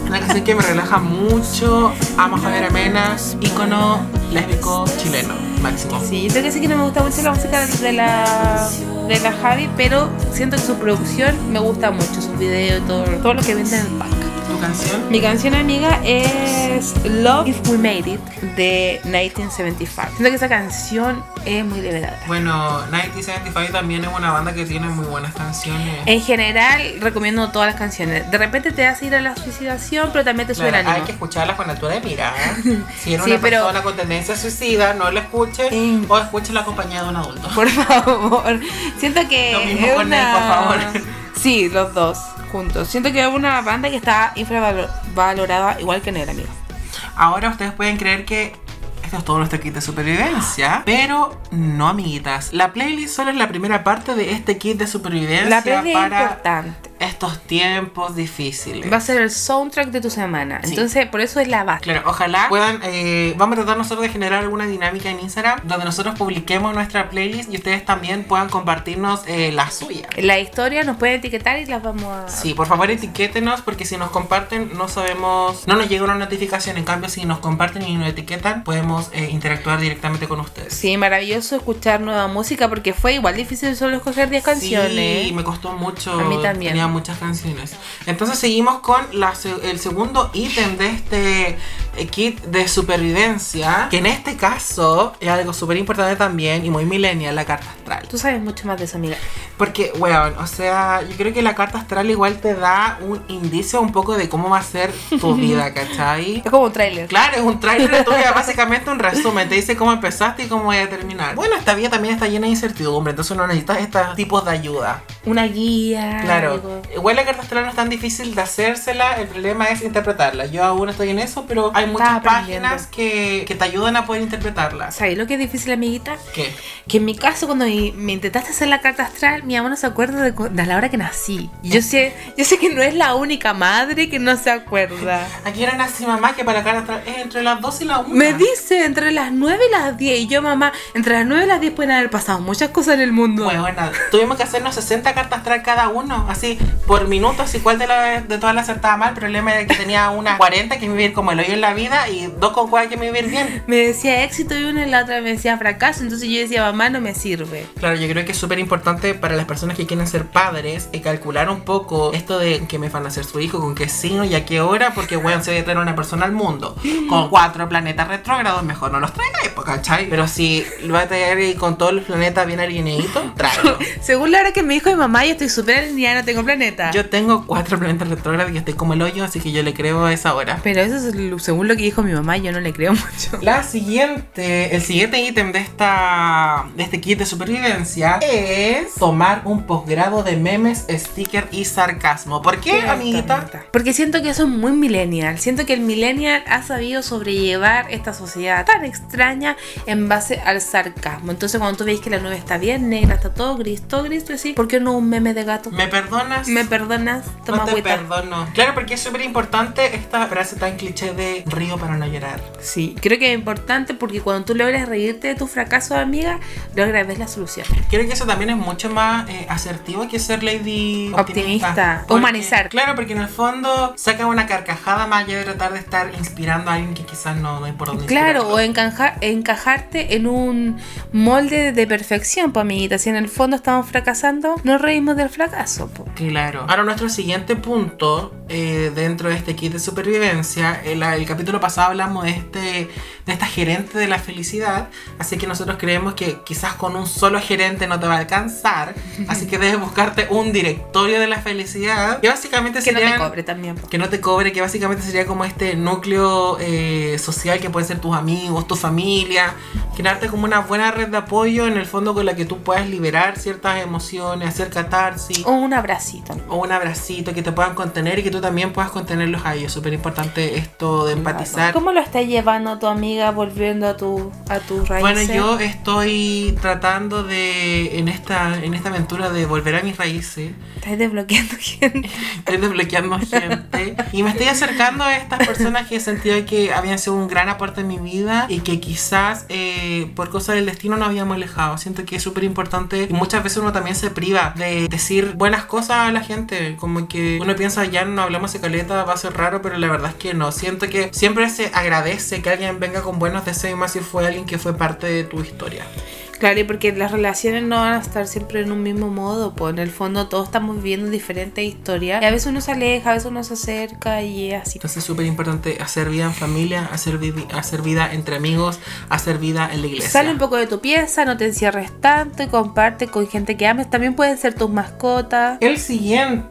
A: Una canción que me relaja mucho. Amo a Javier Amena, ícono lésbico chileno, máximo.
B: Sí, yo creo que sí que no me gusta mucho la música de la, de la Javi, pero siento que su producción me gusta mucho, sus videos, todo, todo lo que vende en el pack.
A: ¿Tu canción?
B: Mi canción amiga es Love If We Made It de 1975. Siento que esa canción es muy liberadora.
A: Bueno, 1975 también es una banda que tiene muy buenas canciones.
B: En general, recomiendo todas las canciones. De repente te hace ir a la suicidación, pero también te sube
A: Claro,
B: el
A: hay
B: ánimo.
A: que escucharla con altura de mirada. Si eres
B: Sí,
A: una
B: pero-
A: persona con tendencia suicida, no la escuche
B: Mm.
A: o escúchela acompañada de un adulto.
B: Por favor. Siento que.
A: Lo mismo
B: es
A: con él,
B: una-
A: por favor.
B: Sí, los dos juntos. Siento que es una banda que está infravalorada igual que en él, amigo.
A: Ahora ustedes pueden creer que esto es todo nuestro kit de supervivencia, pero no, amiguitas. La playlist solo es la primera parte de este kit de supervivencia
B: La playlist es
A: para
B: importante.
A: estos tiempos difíciles.
B: Va a ser el soundtrack de tu semana.
A: Sí.
B: Entonces, por eso es la base.
A: Claro, ojalá puedan, eh, vamos a tratar nosotros de generar alguna dinámica en Instagram donde nosotros publiquemos nuestra playlist y ustedes también puedan compartirnos eh, la suya.
B: La historia nos pueden etiquetar y las vamos a.
A: Sí, por favor etiquétenos porque si nos comparten no sabemos, no nos llega una notificación, en cambio si nos comparten y nos etiquetan podemos eh, interactuar directamente con ustedes.
B: Sí, maravilloso escuchar nueva música porque fue igual difícil solo escoger 10 canciones.
A: Sí, me costó mucho.
B: ¿eh? A mí también.
A: Tenía muchas canciones. Entonces seguimos con la se- el segundo ítem de este eh, kit de supervivencia, que en este caso es algo súper importante también y muy millennial, la carta astral.
B: Tú sabes mucho más de eso, amiga.
A: Porque, weón, o sea, yo creo que la carta astral igual te da un indicio un poco de cómo va a ser tu vida, ¿cachai?
B: Es como un tráiler.
A: Claro, es un trailer de tu vida, básicamente un resumen. Te dice cómo empezaste y cómo vas a terminar. Bueno, esta vida también está llena de incertidumbre, entonces uno necesita estos tipos de ayuda.
B: Una guía.
A: Claro,
B: algo.
A: igual la carta astral no es tan difícil de hacérsela, el problema es interpretarla. Yo aún estoy en eso, pero hay muchas
B: aprendiendo.
A: páginas que, que te ayudan a poder interpretarla.
B: ¿Sabes lo que es difícil, amiguita?
A: ¿Qué?
B: Que en mi caso, cuando mi- me intentaste hacer la carta astral, mi mamá no se acuerda de, cu- de la hora que nací. Yo sé, yo sé que no es la única madre que no se acuerda.
A: Aquí era nací mamá que para la carta astral es entre las 2 y las 1.
B: Me dice entre las 9 y las 10. Y yo, mamá, entre las 9 y las 10 pueden haber pasado muchas cosas en el mundo.
A: Bueno, bueno, tuvimos que hacernos 60 cartas astral cada uno, así por minutos, así cuál de, la- de todas las acertaba mal. El problema era que tenía una 40 que me iba a ir como el hoyo en la vida y dos con cuatro que me iba a ir bien.
B: Me decía éxito y una y la otra me decía fracaso. Entonces yo decía, mamá, no me sirve.
A: Claro, yo creo que es súper importante para las personas que quieren ser padres y calcular un poco esto de en qué me van a hacer su hijo, con qué signo y a qué hora, porque bueno, se debe traer una persona al mundo. Con cuatro planetas retrógrados, mejor no los traigáis, po, ¿cachai? Pero si lo va a traer ahí con todos los planetas bien alineaditos, tráelo.
B: Según la hora que me dijo mi mamá, yo estoy súper alineada, no tengo planeta.
A: Yo tengo cuatro planetas retrógrados y estoy como el hoyo, así que yo le creo a esa hora.
B: Pero eso es lo- según lo que dijo mi mamá, yo no le creo mucho.
A: La siguiente, el siguiente ítem de esta de este kit de supervivencia es tomar un posgrado de memes, sticker y sarcasmo. ¿Por qué, amiguita?
B: Porque siento que eso es muy millennial. Siento que el millennial ha sabido sobrellevar esta sociedad tan extraña en base al sarcasmo. Entonces cuando tú veis que la nube está bien negra, está todo gris, todo gris, tú decís, ¿por qué no un meme de gato?
A: ¿Me perdonas?
B: ¿Me perdonas? Toma
A: no te
B: agüita.
A: perdono. Claro, porque es súper importante esta frase tan cliché de río para no llorar.
B: Sí, creo que es importante porque cuando tú logras reírte de tus fracasos, amiga, logras ver la solución.
A: Creo que eso también es mucho más eh, asertivo que ser lady optimista.
B: Optimista, humanizar.
A: Claro, porque en el fondo saca una carcajada más allá de tratar de estar inspirando a alguien que quizás no, no hay por dónde
B: Claro,
A: inspirarlo.
B: o encaja- encajarte en un molde de perfección, pues amiguita. Si en el fondo estamos fracasando, nos reímos del fracaso. po.
A: Claro. Ahora nuestro siguiente punto eh, dentro de este kit de supervivencia, el, el capítulo pasado hablamos de, este, de esta gerente de la felicidad, así que nosotros creemos que quizás con un solo gerente no te va a alcanzar, así que debes buscarte un directorio de la felicidad, que básicamente
B: Que no te
A: serían-
B: cobre también. po.
A: que no te cobre, que básicamente sería como este núcleo eh, social que pueden ser tus amigos, tu familia, crearte como una buena red de apoyo en el fondo con la que tú puedas liberar ciertas emociones, hacer catarsis
B: O un abracito.
A: o un abracito que te puedan contener y que tú tú también puedas contenerlos a ellos. Súper importante esto de empatizar.
B: ¿Cómo lo está llevando tu amiga volviendo a tu a tus
A: Bueno,
B: raíces?
A: yo estoy tratando de, en esta, en esta aventura de volver a mis raíces,
B: Estás desbloqueando gente.
A: estoy desbloqueando gente y me estoy acercando a estas personas que he sentido que habían sido un gran aporte en mi vida y que quizás eh, por cosas del destino no habíamos alejado. Siento que es súper importante y muchas veces uno también se priva de decir buenas cosas a la gente, como que uno piensa ya no hablamos de caleta, va a ser raro, pero la verdad es que no. Siento que siempre se agradece que alguien venga con buenos deseos y más si fue alguien que fue parte de tu historia.
B: Claro, y porque las relaciones no van a estar siempre en un mismo modo, pues en el fondo todos estamos viviendo diferentes historias. Y a veces uno se aleja, a veces uno se acerca y es así.
A: Entonces es súper importante hacer vida en familia, hacer, vi- hacer vida entre amigos, hacer vida en la iglesia.
B: Sale un poco de tu pieza, no te encierres tanto y comparte con gente que ames. También pueden ser tus mascotas.
A: El siguiente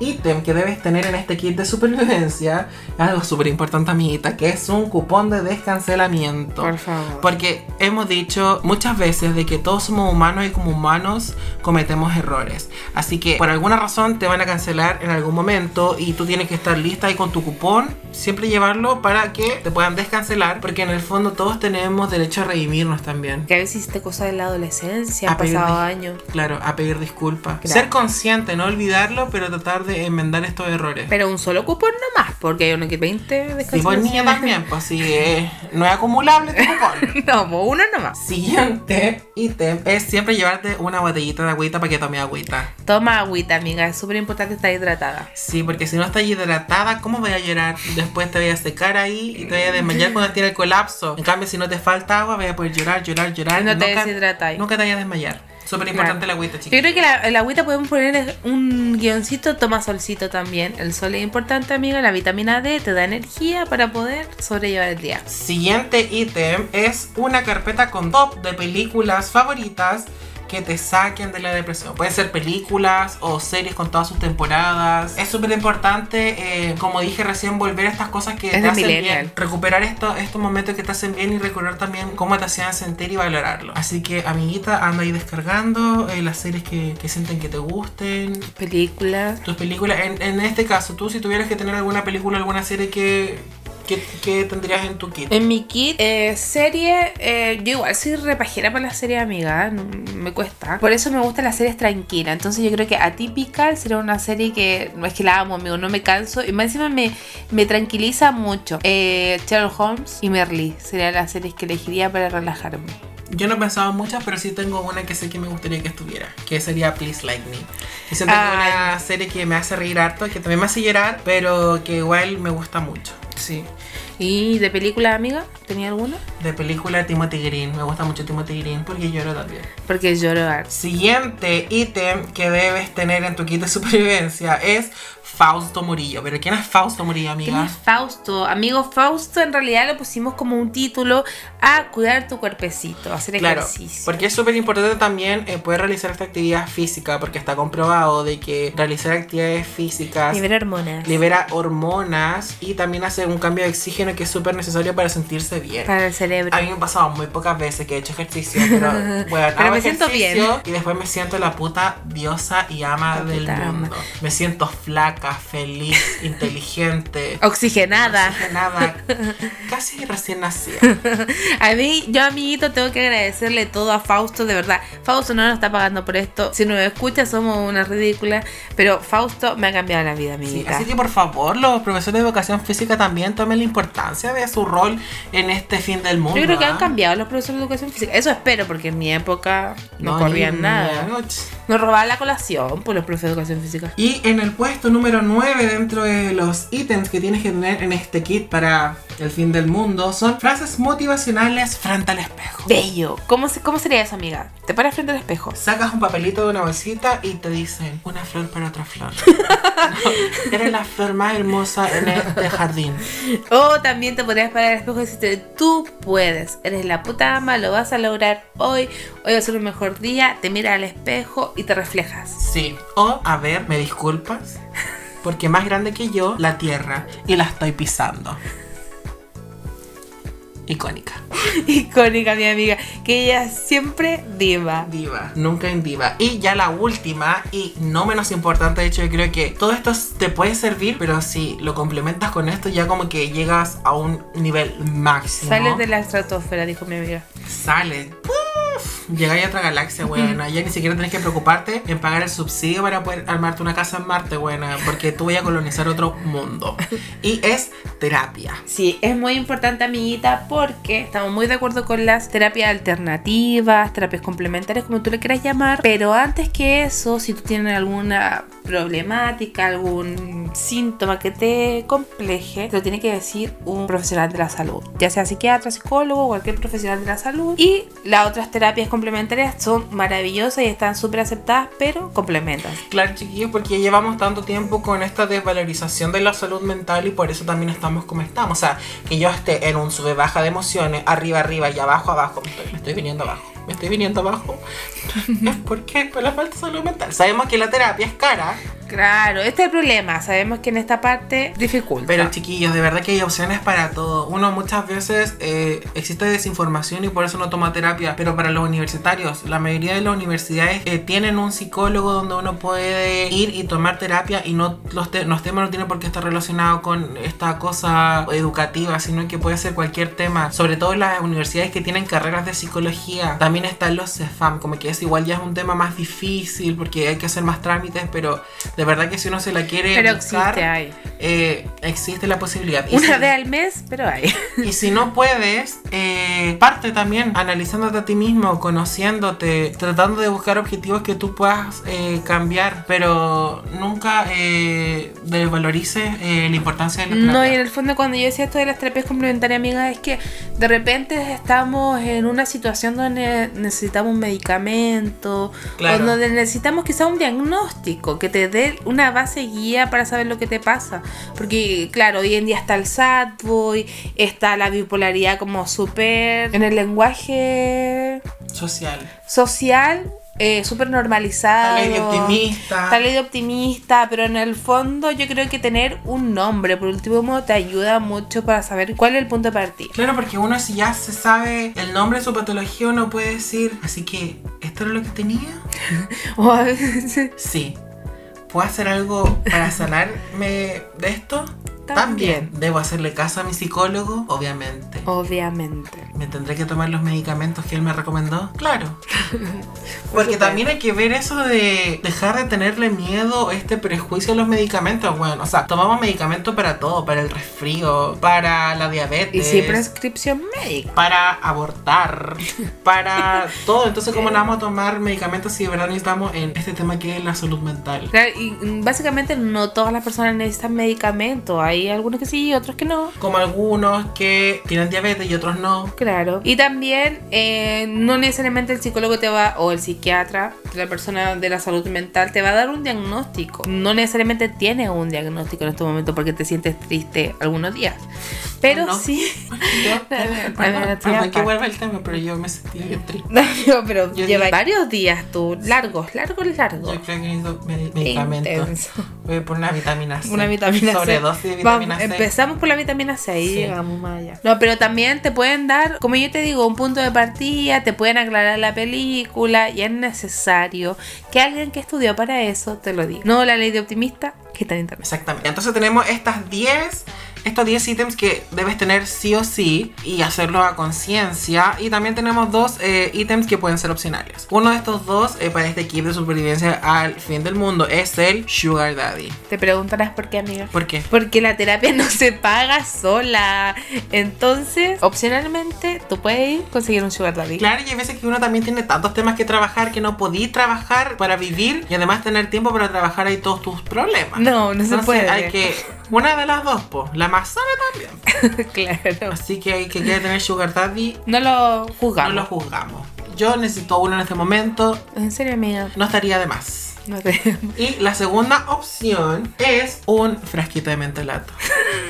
A: ítem que debes tener en este kit de supervivencia es algo súper importante, amiguita, que es un cupón de descancelamiento.
B: favor.
A: Porque hemos dicho muchas veces de que todos somos humanos y como humanos cometemos errores. Así que por alguna razón te van a cancelar en algún momento y tú tienes que estar lista y con tu cupón siempre llevarlo para que te puedan descancelar. Porque en el fondo todos tenemos derecho a redimirnos también.
B: Que a veces hiciste cosas de la adolescencia,
A: A
B: han pasado
A: pedir
B: años.
A: Claro, a pedir disculpas.
B: Claro.
A: Ser consciente, no olvidarlo, pero tratar de enmendar estos errores.
B: Pero un solo cupón nomás, porque hay uno que 20
A: Si vos niña también, pues si eh, no es acumulable tu cupón.
B: No, pues uno nomás.
A: Siguiente ítem es siempre llevarte una botellita de agüita para que tome agüita.
B: Toma agüita, amiga, es súper importante estar hidratada.
A: Sí, porque si no estás hidratada, ¿cómo voy a llorar? Después te voy a secar ahí y te voy a desmayar cuando tiene el colapso. En cambio, si no te falta agua, vas a poder llorar, llorar, llorar.
B: No te
A: Nunca-
B: deshidratáis.
A: Nunca te vayas a desmayar. Súper importante la agüita,
B: Yo
A: chicos.
B: creo que la, el agüita podemos poner un guioncito, toma solcito también. El sol es importante, amiga, la vitamina D te da energía para poder sobrellevar el día.
A: Siguiente ítem es una carpeta con top de películas favoritas que te saquen de la depresión. Pueden ser películas o series con todas sus temporadas. Es súper importante, eh, como dije recién, volver a estas cosas que
B: Es
A: te
B: de
A: hacen
B: millennial.
A: bien. Recuperar esto- estos momentos que te hacen bien y recordar también cómo te hacían sentir y valorarlo. Así que, amiguita, anda ahí descargando eh, las series que, que sienten que te gusten.
B: Películas.
A: Tus películas, en, en este caso, tú si tuvieras que tener alguna película, alguna serie que, que, que tendrías en tu kit.
B: En mi kit, eh, serie, eh, yo igual soy repajera para las series amiga, ¿eh? no- me cuesta. Por eso me gustan las series tranquilas. Entonces yo creo que Atypical será una serie que no es que la amo, amigo, no me canso. Y más encima me, me tranquiliza mucho. Eh, Sherlock Holmes y Merly serían las series que elegiría para relajarme.
A: Yo no he pensado en muchas, pero sí tengo una que sé que me gustaría que estuviera, que sería Please Like Me. Y siento que
B: Ay.
A: es una serie que me hace reír harto, que también me hace llorar, pero que igual me gusta mucho. Sí.
B: ¿Y de película amiga? ¿Tenía alguna?
A: De película Timothy Green, me gusta mucho Timothy Green porque lloro también.
B: Porque lloro harto.
A: Siguiente ítem que debes tener en tu kit de supervivencia es Fausto Murillo. Pero ¿quién es Fausto Murillo,
B: ¿Quién
A: amiga?
B: es Fausto? Amigo Fausto, en realidad lo pusimos como un título a cuidar tu cuerpecito, hacer
A: Claro,
B: ejercicio.
A: porque es súper importante también eh, poder realizar esta actividad física, porque está comprobado de que realizar actividades físicas
B: Liberar hormonas.
A: libera hormonas y también hace un cambio de oxígeno que es súper necesario para sentirse bien.
B: Para el cerebro.
A: A mí me ha pasado muy pocas veces que he hecho ejercicio, pero bueno,
B: Pero
A: hago
B: me siento
A: ejercicio
B: bien.
A: Y después me siento la puta diosa y ama
B: La
A: del
B: puta ama.
A: mundo. Me siento flaca, feliz, inteligente.
B: Oxigenada.
A: Nada, casi recién nacida.
B: A mí, yo amiguito, tengo que agradecerle todo a Fausto, de verdad. Fausto no nos está pagando por esto. Si nos escucha, somos una ridícula. Pero Fausto me ha cambiado la vida,
A: Sí,
B: amiguita.
A: así que por favor, los profesores de educación física también tomen la importancia de su rol en este fin del mundo.
B: Yo creo que han
A: ¿ah?
B: cambiado los profesores de educación física. Eso espero, porque en mi época no,
A: ni-
B: corrían
A: ni-
B: nada.
A: no, ch-
B: Nos robaban la colación por los profesores de educación física.
A: Y en el puesto número 9 dentro de los ítems que tienes que tener en este kit para el fin del mundo son frases motivacionales frente al espejo.
B: Bello. ¿Cómo, se- ¿Cómo sería eso, amiga? Te paras frente al espejo.
A: Sacas un papelito de una bolsita y te dicen una flor para otra flor. Eres la flor más hermosa en este jardín.
B: O también te podrías parar al espejo y decirte, tú puedes, eres la puta ama, lo vas a lograr hoy, hoy va a ser un mejor día, te miras al espejo y te reflejas.
A: Sí. O, a ver, me disculpas, porque más grande que yo, la tierra, y la estoy pisando. Icónica.
B: Icónica, mi amiga. Que ella siempre diva.
A: Diva. Nunca en diva. Y ya la última, y no menos importante, de hecho, yo creo que todo esto te puede servir, pero si lo complementas con esto, ya como que llegas a un nivel máximo.
B: Sales de la estratosfera, dijo mi amiga.
A: Sales. Uf, Llegáis a otra galaxia, buena. Ya ni siquiera tenés que preocuparte en pagar el subsidio para poder armarte una casa en Marte, buena. Porque tú voy a colonizar otro mundo. Y es terapia.
B: Sí, es muy importante, amiguita, porque estamos muy de acuerdo con las terapias alternativas, terapias complementarias, como tú le quieras llamar. Pero antes que eso, si tú tienes alguna problemática, algún síntoma que te compleje, te lo tiene que decir un profesional de la salud, ya sea psiquiatra, psicólogo, cualquier profesional de la salud. Y las otras terapias complementarias son maravillosas y están súper aceptadas, pero complementan.
A: Claro, chiquillos, porque llevamos tanto tiempo con esta desvalorización de la salud mental y por eso también estamos como estamos. O sea, que yo esté en un sube baja de emociones, arriba, arriba y abajo, abajo. Me estoy, me estoy viniendo abajo. Me estoy viniendo abajo. Es porque por la falta de salud mental. Sabemos que la terapia es cara,
B: Claro, este es el problema. Sabemos que en esta parte dificulta.
A: pero chiquillos, de verdad que hay opciones para todo. Uno muchas veces eh, existe desinformación y por eso no toma terapia. Pero para los universitarios, la mayoría de las universidades eh, tienen un psicólogo donde uno puede ir y tomar terapia y no los, te- los temas no tienen por qué estar relacionados con esta cosa educativa, sino que puede ser cualquier tema. Sobre todo en las universidades que tienen carreras de psicología. También están los CEFAM, como que es igual ya es un tema más difícil porque hay que hacer más trámites, pero de verdad que si uno se la quiere
B: Pero
A: buscar,
B: existe, hay.
A: eh, existe la posibilidad. Y,
B: Una
A: si,
B: vez al mes, pero hay.
A: y si no puedes, eh, parte también analizándote a ti mismo, conociéndote, tratando de buscar objetivos que tú puedas eh, cambiar, pero nunca eh, desvalorices eh, la importancia de la
B: No, y en
A: terapia.
B: el fondo cuando yo decía esto de las terapias complementarias, amigas, es que de repente estamos en una situación donde necesitamos un medicamento,
A: Claro.
B: o donde necesitamos quizá un diagnóstico que te dé una base guía para saber lo que te pasa. Porque, claro, hoy en día está el Sadboy, está la bipolaridad como súper en el lenguaje
A: Social.
B: social, eh, súper normalizado.
A: Tal y optimista.
B: Tal vez optimista, pero en el fondo yo creo que tener un nombre, por último, te ayuda mucho para saber cuál es el punto de partida.
A: Claro, porque uno si ya se sabe el nombre de su patología, uno puede decir, así que, ¿esto era lo que tenía?
B: O a veces-
A: Sí. ¿Puedo hacer algo para sanarme de esto?
B: También.
A: ¿Debo hacerle caso a mi psicólogo? Obviamente.
B: Oh. Obviamente.
A: ¿Me tendré que tomar los medicamentos que él me recomendó? Claro. Porque también hay que ver eso de dejar de tenerle miedo, este prejuicio a los medicamentos. Bueno, o sea, tomamos medicamentos para todo, para el resfrío, para la diabetes.
B: Y sin prescripción médica.
A: para abortar, para todo. Entonces,
B: Eh.
A: ¿cómo no vamos a tomar medicamentos si de verdad necesitamos en este tema que es la salud mental?
B: Claro, y mm, básicamente no todas las personas necesitan medicamentos. Hay algunos que sí, otros que no.
A: como algunos que tienen diabetes y otros no.
B: Claro. Y también eh, no necesariamente el psicólogo te va, o el psiquiatra, la persona de la salud mental, te va a dar un diagnóstico. No necesariamente tienes un diagnóstico en este momento porque te sientes triste algunos días. Pero
A: No.
B: sí.
A: Yo,
B: Perdón,
A: perdón,
B: perdón,
A: que vuelva el tema, pero yo me sentía bien triste.
B: No, pero
A: Yo
B: lleva
A: digo-
B: varios días tú, largos, largos, largos.
A: Yo creo que necesito me-
B: E
A: medicamentos.
B: intenso.
A: Voy por una vitamina C.
B: Una vitamina C.
A: Sobredosis de
B: Vamos,
A: vitamina C.
B: Empezamos por la vitamina C y
A: Sí.
B: llegamos más allá. No, pero también te pueden dar, como yo te digo, un punto de partida, te pueden aclarar la película y es necesario que alguien que estudió para eso te lo diga. No la ley de optimista que está en internet.
A: Exactamente. Entonces tenemos estas 10, estos 10 ítems que debes tener sí o sí y hacerlo a conciencia. Y también tenemos dos eh, ítems que pueden ser opcionales. Uno de estos dos eh, para este equipo de supervivencia al fin del mundo es el Sugar Daddy.
B: Te preguntarás por qué, amiga.
A: ¿Por qué?
B: Porque la terapia no se paga sola. Entonces, opcionalmente, tú puedes ir a conseguir un sugar daddy.
A: Claro, y hay veces que uno también tiene tantos temas que trabajar que no podí trabajar para vivir y además tener tiempo para trabajar ahí todos tus problemas.
B: No, no se
A: Entonces,
B: puede.
A: Hay que, una de las dos, po, la más sana también.
B: claro.
A: Así que hay que quiere tener Sugar Daddy,
B: No lo
A: no
B: juzgamos.
A: lo juzgamos. Yo necesito uno en este momento,
B: En serio, amiga.
A: no estaría de más.
B: No te amo.
A: Y la segunda opción es un frasquito de mentolato.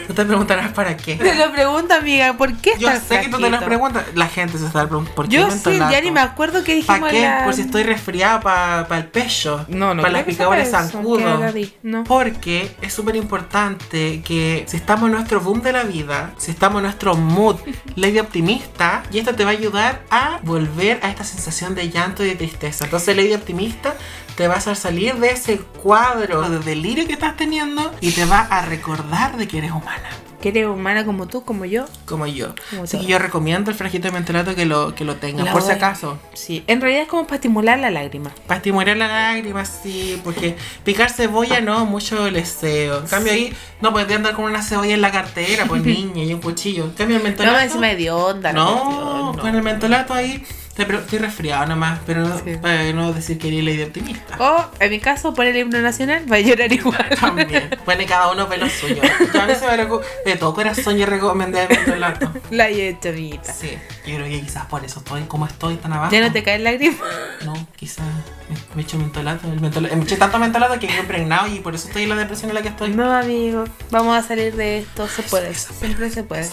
A: Tú te preguntarás para
B: Te
A: qué.
B: lo pregunto, amiga, ¿por qué
A: Yo
B: está
A: sé que tú te lo
B: flaquito?
A: preguntas. La gente se está preguntando por qué
B: Yo sí,
A: mentolato.
B: ya ni me acuerdo qué dijimos
A: ¿Para qué?
B: la-
A: Por si estoy resfriada para el pecho.
B: No, no
A: Para las
B: creo que sea
A: picaduras de
B: para eso, que
A: zancudo.
B: la di, No.
A: Porque es súper importante que si estamos en nuestro boom de la vida, si estamos en nuestro mood lady optimista, y esto te va a ayudar a volver a esta sensación de llanto y de tristeza. Entonces, lady optimista te va a hacer salir de ese cuadro de delirio que estás teniendo y te va a recordar de que eres humana.
B: Que eres humana como tú, como yo.
A: Como yo.
B: Como
A: Así que
B: todo.
A: yo recomiendo el frasquito de mentolato que lo, que lo tengas,
B: La
A: por si
B: voy-
A: acaso.
B: Sí. En realidad es como para estimular la lágrima.
A: Para estimular las lágrimas, sí, porque picar cebolla no, mucho leseo. En cambio ahí, no podría andar con una cebolla en la cartera, pues niña, y un cuchillo. En cambio el
B: No,
A: mentolato.
B: encima de onda.
A: no, con el mentolato ahí te pre- estoy resfriado nomás, pero no,
B: Sí. Oh.
A: para no decir que eres ley de optimista.
B: O, en mi caso, por el himno nacional, va a llorar igual.
A: También. Bueno, y cada uno ve lo suyo. Yo a mí se me recu- de todo corazón yo recomendé el mentolato.
B: La he hecho, amiguita.
A: Sí, yo creo que quizás por eso estoy como estoy, tan abajo.
B: Ya no te caen lágrimas.
A: No, quizás me, me echo mentolato. El mentolato. Me eché tanto mentolato que quedé impregnado y por eso estoy en la depresión en la que estoy.
B: No, amigo. Vamos a salir de esto. Se puede.
A: Eso, eso,
B: Siempre se puede.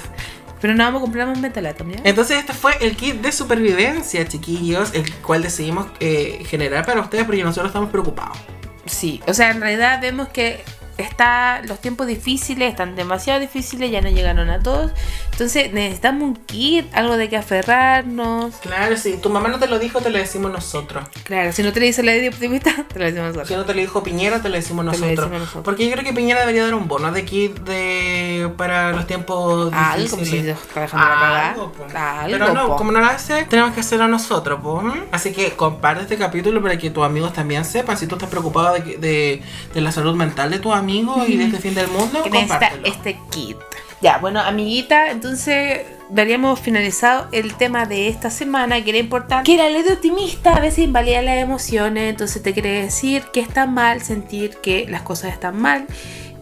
B: Pero no vamos a comprar más mentolato, ¿ya?
A: Entonces este fue el kit de supervivencia, chiquillos, el cual decidimos eh, generar para ustedes porque nosotros estamos preocupados.
B: Sí, o sea, en realidad vemos que está los tiempos difíciles, están demasiado difíciles, ya no llegaron a todos. Entonces necesitamos un kit, algo de que aferrarnos.
A: Claro, si tu mamá no te lo dijo, te lo decimos nosotros.
B: Claro, si no te lo dice la idea optimista, te lo decimos
A: Si
B: nosotros.
A: no te lo dijo Piñera, te lo decimos
B: Te lo
A: nosotros.
B: decimos nosotros.
A: Porque yo creo que Piñera debería dar un bono de kit de, para los tiempos
B: Algo, pues, como si
A: difíciles.
B: Dios está dejando la
A: Algo, po.
B: cagada. Algo, pues.
A: Pero no,
B: po.
A: como no lo hace, tenemos que hacerlo nosotros, po. Así que comparte este capítulo para que tus amigos también sepan. Si tú estás preocupado de, que- de- de la salud mental de tus amigos y de este fin del mundo,
B: que necesita
A: compártelo.
B: este kit. Ya, bueno, amiguita, entonces daríamos finalizado el tema de esta semana, que era importante. Que la ley de optimista a veces invalida las emociones, entonces te quiere decir que está mal sentir que las cosas están mal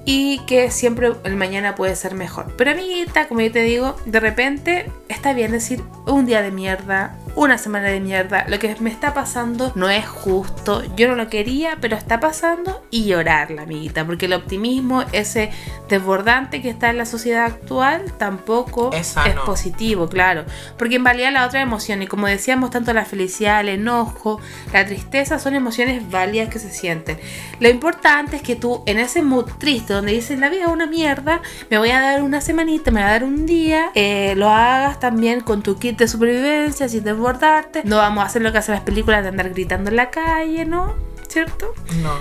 B: y que siempre el mañana puede ser mejor. Pero amiguita, como yo te digo, de repente está bien decir un día de mierda, una semana de mierda, lo que me está pasando no es justo, yo no lo quería, pero está pasando y llorarla, amiguita, porque el optimismo, ese desbordante que está en la sociedad actual, tampoco
A: Es sano.
B: positivo, claro, porque invalida la otra emoción y como decíamos, tanto la felicidad, el enojo, la tristeza son emociones válidas que se sienten. Lo importante es que tú en ese mood triste donde dices la vida es una mierda, me voy a dar una semanita, me voy a dar un día, eh, lo hagas también con tu kit de supervivencia sin desbordarte. No vamos a hacer lo que hacen las películas de andar gritando en la calle, ¿no? ¿Cierto?
A: No.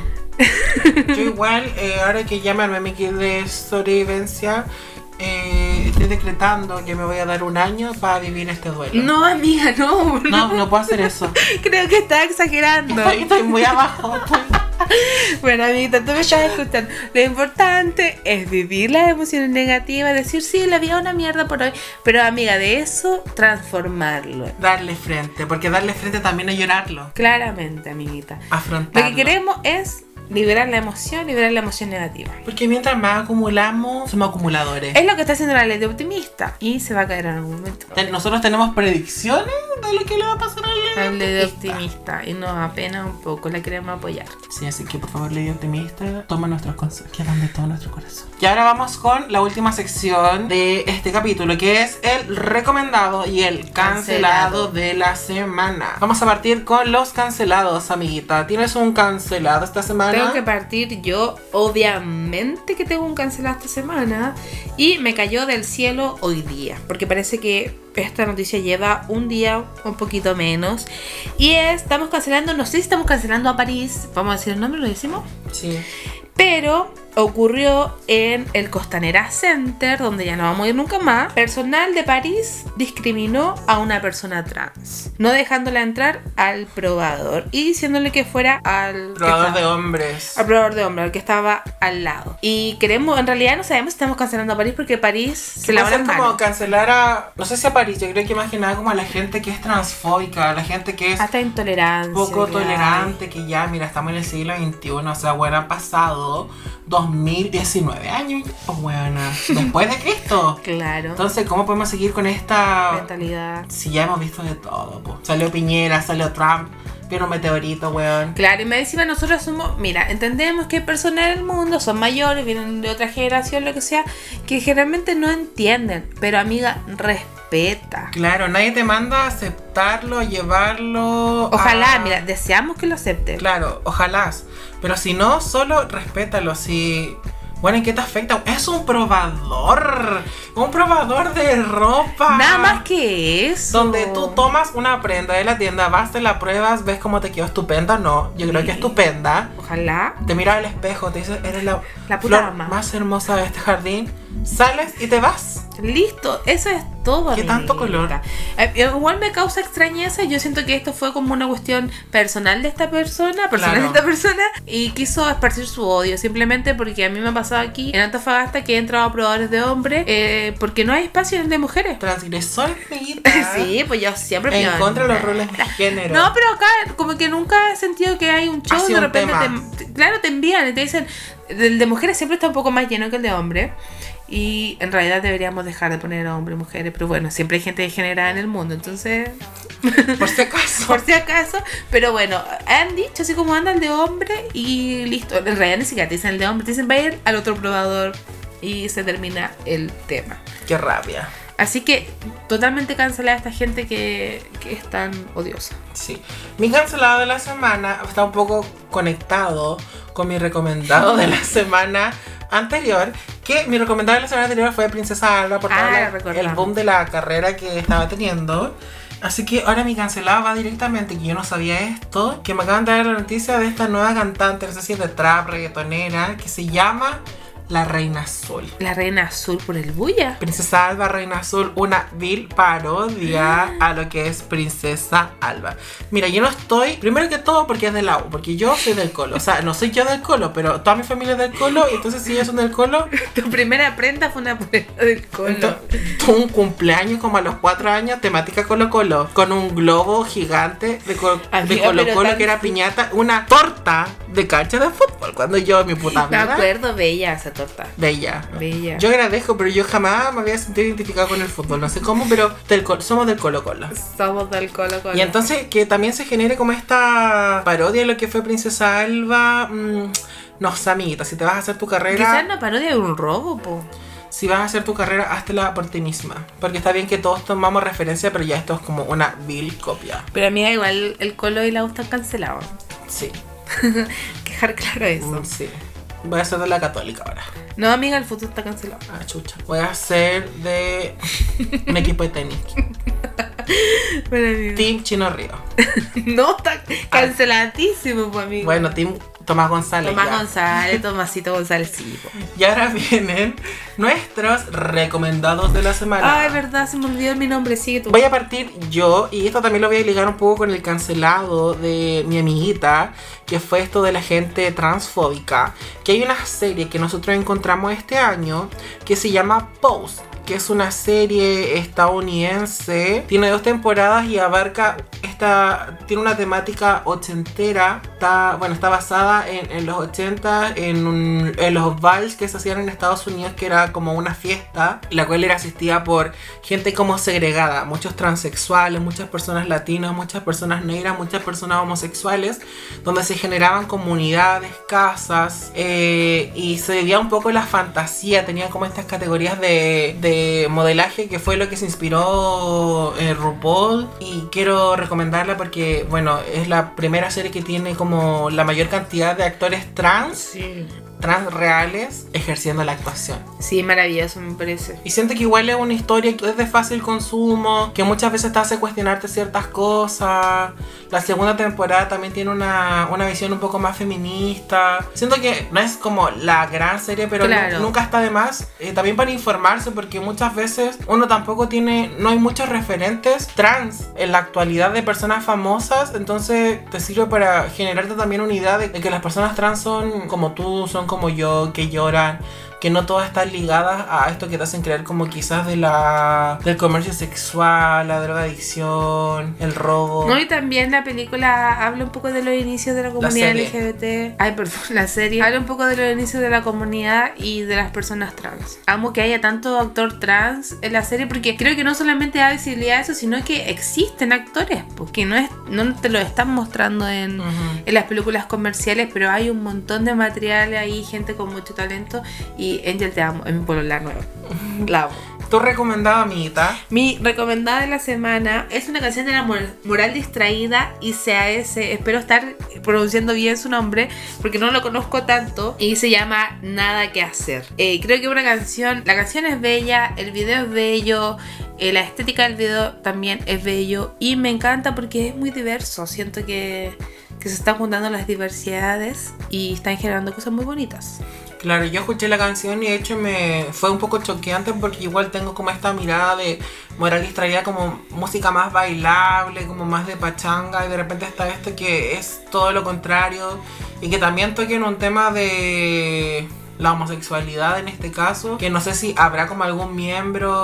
A: Yo igual, eh, ahora que ya me armé mi kit de sobrevivencia, eh, estoy decretando que me voy a dar un año para vivir este duelo.
B: No, amiga, no.
A: No, no puedo hacer eso.
B: Creo que estás exagerando.
A: Estoy, estoy muy abajo. estoy-
B: Bueno, amiguita, tú me estás escuchando. Lo importante es vivir las emociones negativas, decir, sí, la vida es una mierda por hoy. Pero, amiga, de eso, transformarlo.
A: Darle frente, porque darle frente también es llorarlo,
B: Claramente, amiguita. Lo
A: afrontarlo.
B: que queremos es liberar la emoción, liberar la emoción negativa.
A: Porque mientras más acumulamos, somos acumuladores.
B: Es lo que está haciendo la ley de optimista. Y se va a caer en algún momento.
A: Ten- Nosotros tenemos predicciones de lo que le va a pasar
B: La
A: al
B: ley de optimista. Y nos apena un poco, la queremos apoyar.
A: Sí, así que por favor, Lady Optimista, toma nuestros consejos que van de todo nuestro corazón. Y ahora vamos con la última sección de este capítulo, que es el recomendado y el cancelado,
B: Cancelado.
A: de la semana. Vamos a partir con los cancelados, amiguita. ¿Tienes un cancelado esta semana?
B: Tengo que partir yo, obviamente que tengo un cancelado esta semana y me cayó del cielo hoy día, porque parece que esta noticia lleva un día, un poquito menos, y es, estamos cancelando, no sé si estamos cancelando a París, vamos a decir el nombre, lo decimos,
A: Sí.
B: pero ocurrió en el Costanera Center, donde ya no vamos a ir nunca más. Personal de París discriminó a una persona trans, no dejándola entrar al probador y diciéndole que fuera al... que
A: Probador
B: estaba-
A: de hombres.
B: al probador de hombre, al que estaba al lado. Y queremos, en realidad no sabemos si estamos cancelando a París porque París se
A: Puede
B: lava las
A: ser como
B: manos.
A: cancelar a. No sé si a París, yo creo que más que nada como a la gente que es transfóbica, a la gente que es
B: Hasta intolerancia.
A: poco
B: ya.
A: tolerante, que ya, mira, estamos en el siglo XXI, o sea, bueno, han pasado dos 2019 años, pues bueno, después de Cristo.
B: Claro.
A: Entonces, ¿cómo podemos seguir con esta...
B: mentalidad.
A: Si ya hemos visto de todo, pues. Salió Piñera, salió Trump, vino un meteorito, weón.
B: Claro, y me encima nosotros somos, mira, entendemos que hay personas del mundo, son mayores, vienen de otra generación, lo que sea, que generalmente no entienden, pero amiga, respeta.
A: Claro, nadie te manda a aceptarlo, llevarlo.
B: Ojalá,
A: a-
B: mira, deseamos que lo acepten.
A: Claro, ojalá. Pero si no, solo respétalo. Si. Bueno, ¿en qué te afecta? Es un probador. Un probador de ropa.
B: Nada más que eso.
A: Donde tú tomas una prenda de la tienda, vas, te la pruebas, ves cómo te quedó estupenda o no. Yo creo
B: Sí.
A: que estupenda.
B: Ojalá.
A: Te miras al espejo, te dices, eres la,
B: La puta
A: flor
B: ama.
A: más hermosa de este jardín. Sales y te vas.
B: Listo, eso es todo.
A: Qué tanto
B: amiguita. Eh, igual me causa extrañeza. Yo siento que esto fue como una cuestión personal de esta persona, personal
A: Claro.
B: de esta persona, y quiso esparcir su odio. Simplemente porque a mí me ha pasado aquí en Antofagasta que he entrado a probadores de hombres eh, porque no hay espacio de mujeres.
A: Transgresor, amiguita.
B: Sí, pues yo siempre
A: En
B: pido-
A: contra de los roles de género.
B: No, pero acá como que nunca he sentido que hay un show
A: sido
B: de
A: un
B: repente
A: tema.
B: te- te- claro, te envían y te dicen el de mujeres siempre está un poco más lleno que el de hombres y en realidad deberíamos dejar de poner hombres y mujeres, pero bueno, siempre hay gente degenerada en el mundo, entonces
A: Por si acaso.
B: por si acaso, pero bueno, han dicho así como anda el de hombre y listo, en realidad ni siquiera te dicen el de hombre, te dicen va a ir al otro probador y se termina el tema.
A: Qué rabia.
B: Así que totalmente cancelada esta gente que, que es tan odiosa.
A: Sí. Mi cancelado de la semana está un poco conectado con mi recomendado de la semana anterior. Que mi recomendado de la semana anterior fue Princesa Alba por todo
B: Ah,
A: la-
B: la recordamos.
A: el boom de la carrera que estaba teniendo. Así que ahora mi cancelado va directamente, que yo no sabía esto, que me acaban de dar la noticia de esta nueva cantante, no sé si es de trap, reggaetonera, que se llama La Reina Azul.
B: La reina azul por el bulla.
A: Princesa Alba, Reina Azul, una vil parodia
B: Mm.
A: a lo que es Princesa Alba. Mira, yo no estoy, primero que todo, porque es del agua, porque yo soy del colo. O sea, no soy yo del colo, pero toda mi familia es del colo, y entonces si ellos son del colo,
B: Tu primera prenda fue una prenda del colo.
A: ento- tuve un cumpleaños como a los cuatro años, temática colo colo, con un globo gigante de, col- de
B: Amiga,
A: colo
B: pero
A: colo
B: tan-
A: que era piñata, una torta de cancha de fútbol, cuando yo, mi puta
B: Me
A: vida.
B: acuerdo bella esa torta.
A: Bella.
B: Bella.
A: Yo agradezco, pero yo jamás me había sentido identificado con el fútbol. No sé cómo, pero del Col- somos del Colo Colo.
B: Somos del colo colo.
A: Y entonces que también se genere como esta parodia de lo que fue Princesa Alba. mm, no sé, amiguita, si te vas a hacer tu
B: Quizás
A: carrera,
B: una parodia de un robo, po.
A: si vas a hacer tu carrera, hazla por ti misma. Porque está bien que todos tomamos referencia, pero ya esto es como una vil copia.
B: Pero a mí da igual, el colo y la U están cancelados.
A: Sí,
B: Quejar claro eso.
A: mm, sí. Voy a ser de la católica ahora.
B: No, amiga, el futuro está cancelado.
A: Ah, chucha. Voy a ser de un equipo de tenis.
B: Pero, amiga,
A: Team Chino Río.
B: No, está canceladísimo, po, amigo.
A: Bueno, Team Tomás González.
B: Tomás
A: ya.
B: González, Tomasito González, sí, po.
A: Y ahora vienen nuestros recomendados de la semana.
B: Ay, verdad, se me olvidó mi nombre, sigue tú.
A: Voy a partir yo, y esto también lo voy a ligar un poco con el cancelado de mi amiguita, que fue esto de la gente transfóbica, que hay una serie que nosotros encontramos este año que se llama Pose, que es una serie estadounidense, tiene dos temporadas y abarca esta, tiene una temática ochentera, está, bueno, está basada en, en los 80, en, un- en los vals que se hacían en Estados Unidos, que era como una fiesta, la cual era asistida por gente como segregada, muchos transexuales, muchas personas latinas, muchas personas negras, muchas personas homosexuales, donde se generaban comunidades, casas, eh, y se vivía un poco la fantasía, tenía como estas categorías de, de modelaje que fue lo que se inspiró eh, RuPaul, y quiero recomendarla porque, bueno, es la primera serie que tiene como la mayor cantidad de actores trans,
B: Sí.
A: trans reales, ejerciendo la actuación.
B: Sí, maravilloso, me parece.
A: Y siento que igual es una historia que es de fácil consumo, que muchas veces te hace cuestionarte ciertas cosas. La segunda temporada también tiene una, una visión un poco más feminista. Siento que no es como la gran serie, pero nu-
B: Claro.
A: nunca está de más. Eh, también para informarse, porque muchas veces uno tampoco tiene, no hay muchos referentes trans en la actualidad de personas famosas. Entonces te sirve para generarte también una idea de, de que las personas trans son como tú, son como yo, que lloran que no todas están ligadas a esto que te hacen creer como quizás de la del comercio sexual, la drogadicción, el robo.
B: No, y también la película habla un poco de los inicios de la comunidad
A: serie.
B: LGBT. Ay, perdón, la serie. Habla un poco de los inicios de la comunidad y de las personas trans. Amo que haya tanto actor trans en la serie porque creo que no solamente da visibilidad a eso, sino que existen actores, porque no, es, no te lo están mostrando en,
A: Ujú.
B: en las películas comerciales, pero hay un montón de material ahí, gente con mucho talento. Y Angel, te amo, es mi pueblo la nueva. La amo.
A: Tu recomendada, amiguita.
B: Mi recomendada de la semana es una canción de la Mor- Moral Distraída ICAS. Espero estar pronunciando bien su nombre porque no lo conozco tanto. Y se llama Nada que hacer. Eh, creo que una canción, la canción es bella, el video es bello, eh, la estética del video también es bello. Y me encanta porque es muy diverso. Siento que, que se están juntando las diversidades y están generando cosas muy bonitas.
A: Claro, yo escuché la canción y de hecho me fue un poco choqueante porque igual tengo como esta mirada de moral distraída como música más bailable, como más de pachanga y de repente está esto que es todo lo contrario y que también toquen un tema de la homosexualidad en este caso, que no sé si habrá como algún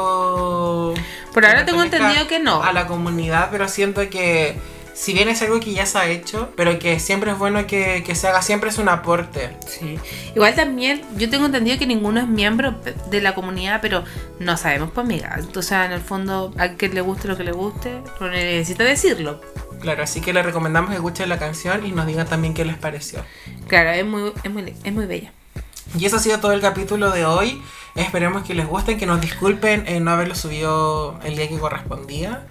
A: miembro...
B: Por
A: que
B: ahora tengo
A: pertenezca
B: entendido que no.
A: A la comunidad, pero siento que si bien es algo que ya se ha hecho, pero que siempre es bueno que, que se haga, siempre es un aporte.
B: Sí. Igual también, yo tengo entendido que ninguno es miembro pe- de la comunidad, pero no sabemos, pues, amiga. O sea, en el fondo, a que le guste lo que le guste, no necesita decirlo.
A: Claro, así que les recomendamos que escuchen la canción y nos digan también qué les pareció.
B: Claro, es muy, es muy, es muy bella.
A: Y eso ha sido todo el capítulo de hoy. Esperemos que les gusten, que nos disculpen eh, no haberlo subido el día que correspondía.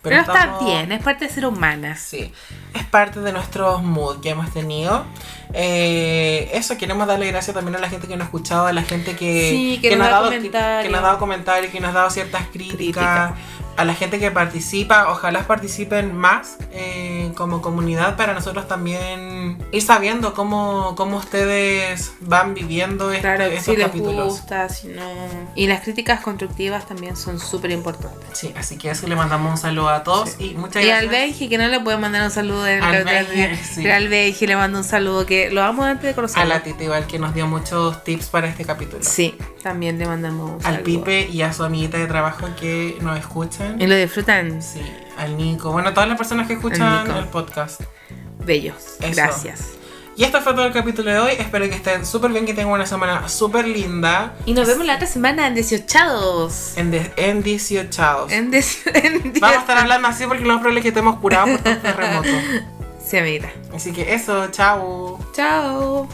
B: Pero, está
A: estamos-
B: bien, es parte de ser humanas.
A: Sí, es parte de nuestros mood que hemos tenido. Eh, eso, queremos darle gracias también a la gente que nos ha escuchado, a la gente que,
B: Sí, que nos
A: ha
B: da
A: dado,
B: comentarios.
A: que nos ha dado comentarios, que nos ha dado ciertas críticas,
B: Crítica.
A: a la gente que participa. Ojalá participen más eh, como comunidad para nosotros también ir sabiendo cómo, cómo ustedes van viviendo este-
B: Claro,
A: estos
B: si les
A: capítulos.
B: gusta, si no. Y las críticas constructivas también son súper importantes.
A: Sí, así que eso le mandamos un saludo a todos y muchas
B: Y
A: gracias.
B: al Benji, que no le puede mandar un saludo en el
A: Al
B: capítulo
A: Benji,
B: anterior.
A: sí.
B: Pero al Benji le mando un saludo que lo amo antes de
A: A
B: conocerlo.
A: la Titi igual que nos dio muchos tips para este capítulo.
B: Sí, también le mandamos un saludo.
A: al Pipe y a su amiguita de trabajo que nos escuchan.
B: Y lo disfrutan.
A: Sí, al Nico. Bueno, a todas las personas que escuchan
B: Nico.
A: el podcast.
B: Bellos.
A: Eso.
B: Gracias.
A: Y esto fue todo el capítulo de hoy. Espero que estén súper bien, que tengan una semana súper linda.
B: Y nos vemos la otra semana en 18
A: En, de- en 18.
B: En 18.
A: Vamos a estar hablando así porque lo más probable es que estemos curados por un terremoto.
B: Sí, amiguita.
A: Así que eso, chao.
B: Chao.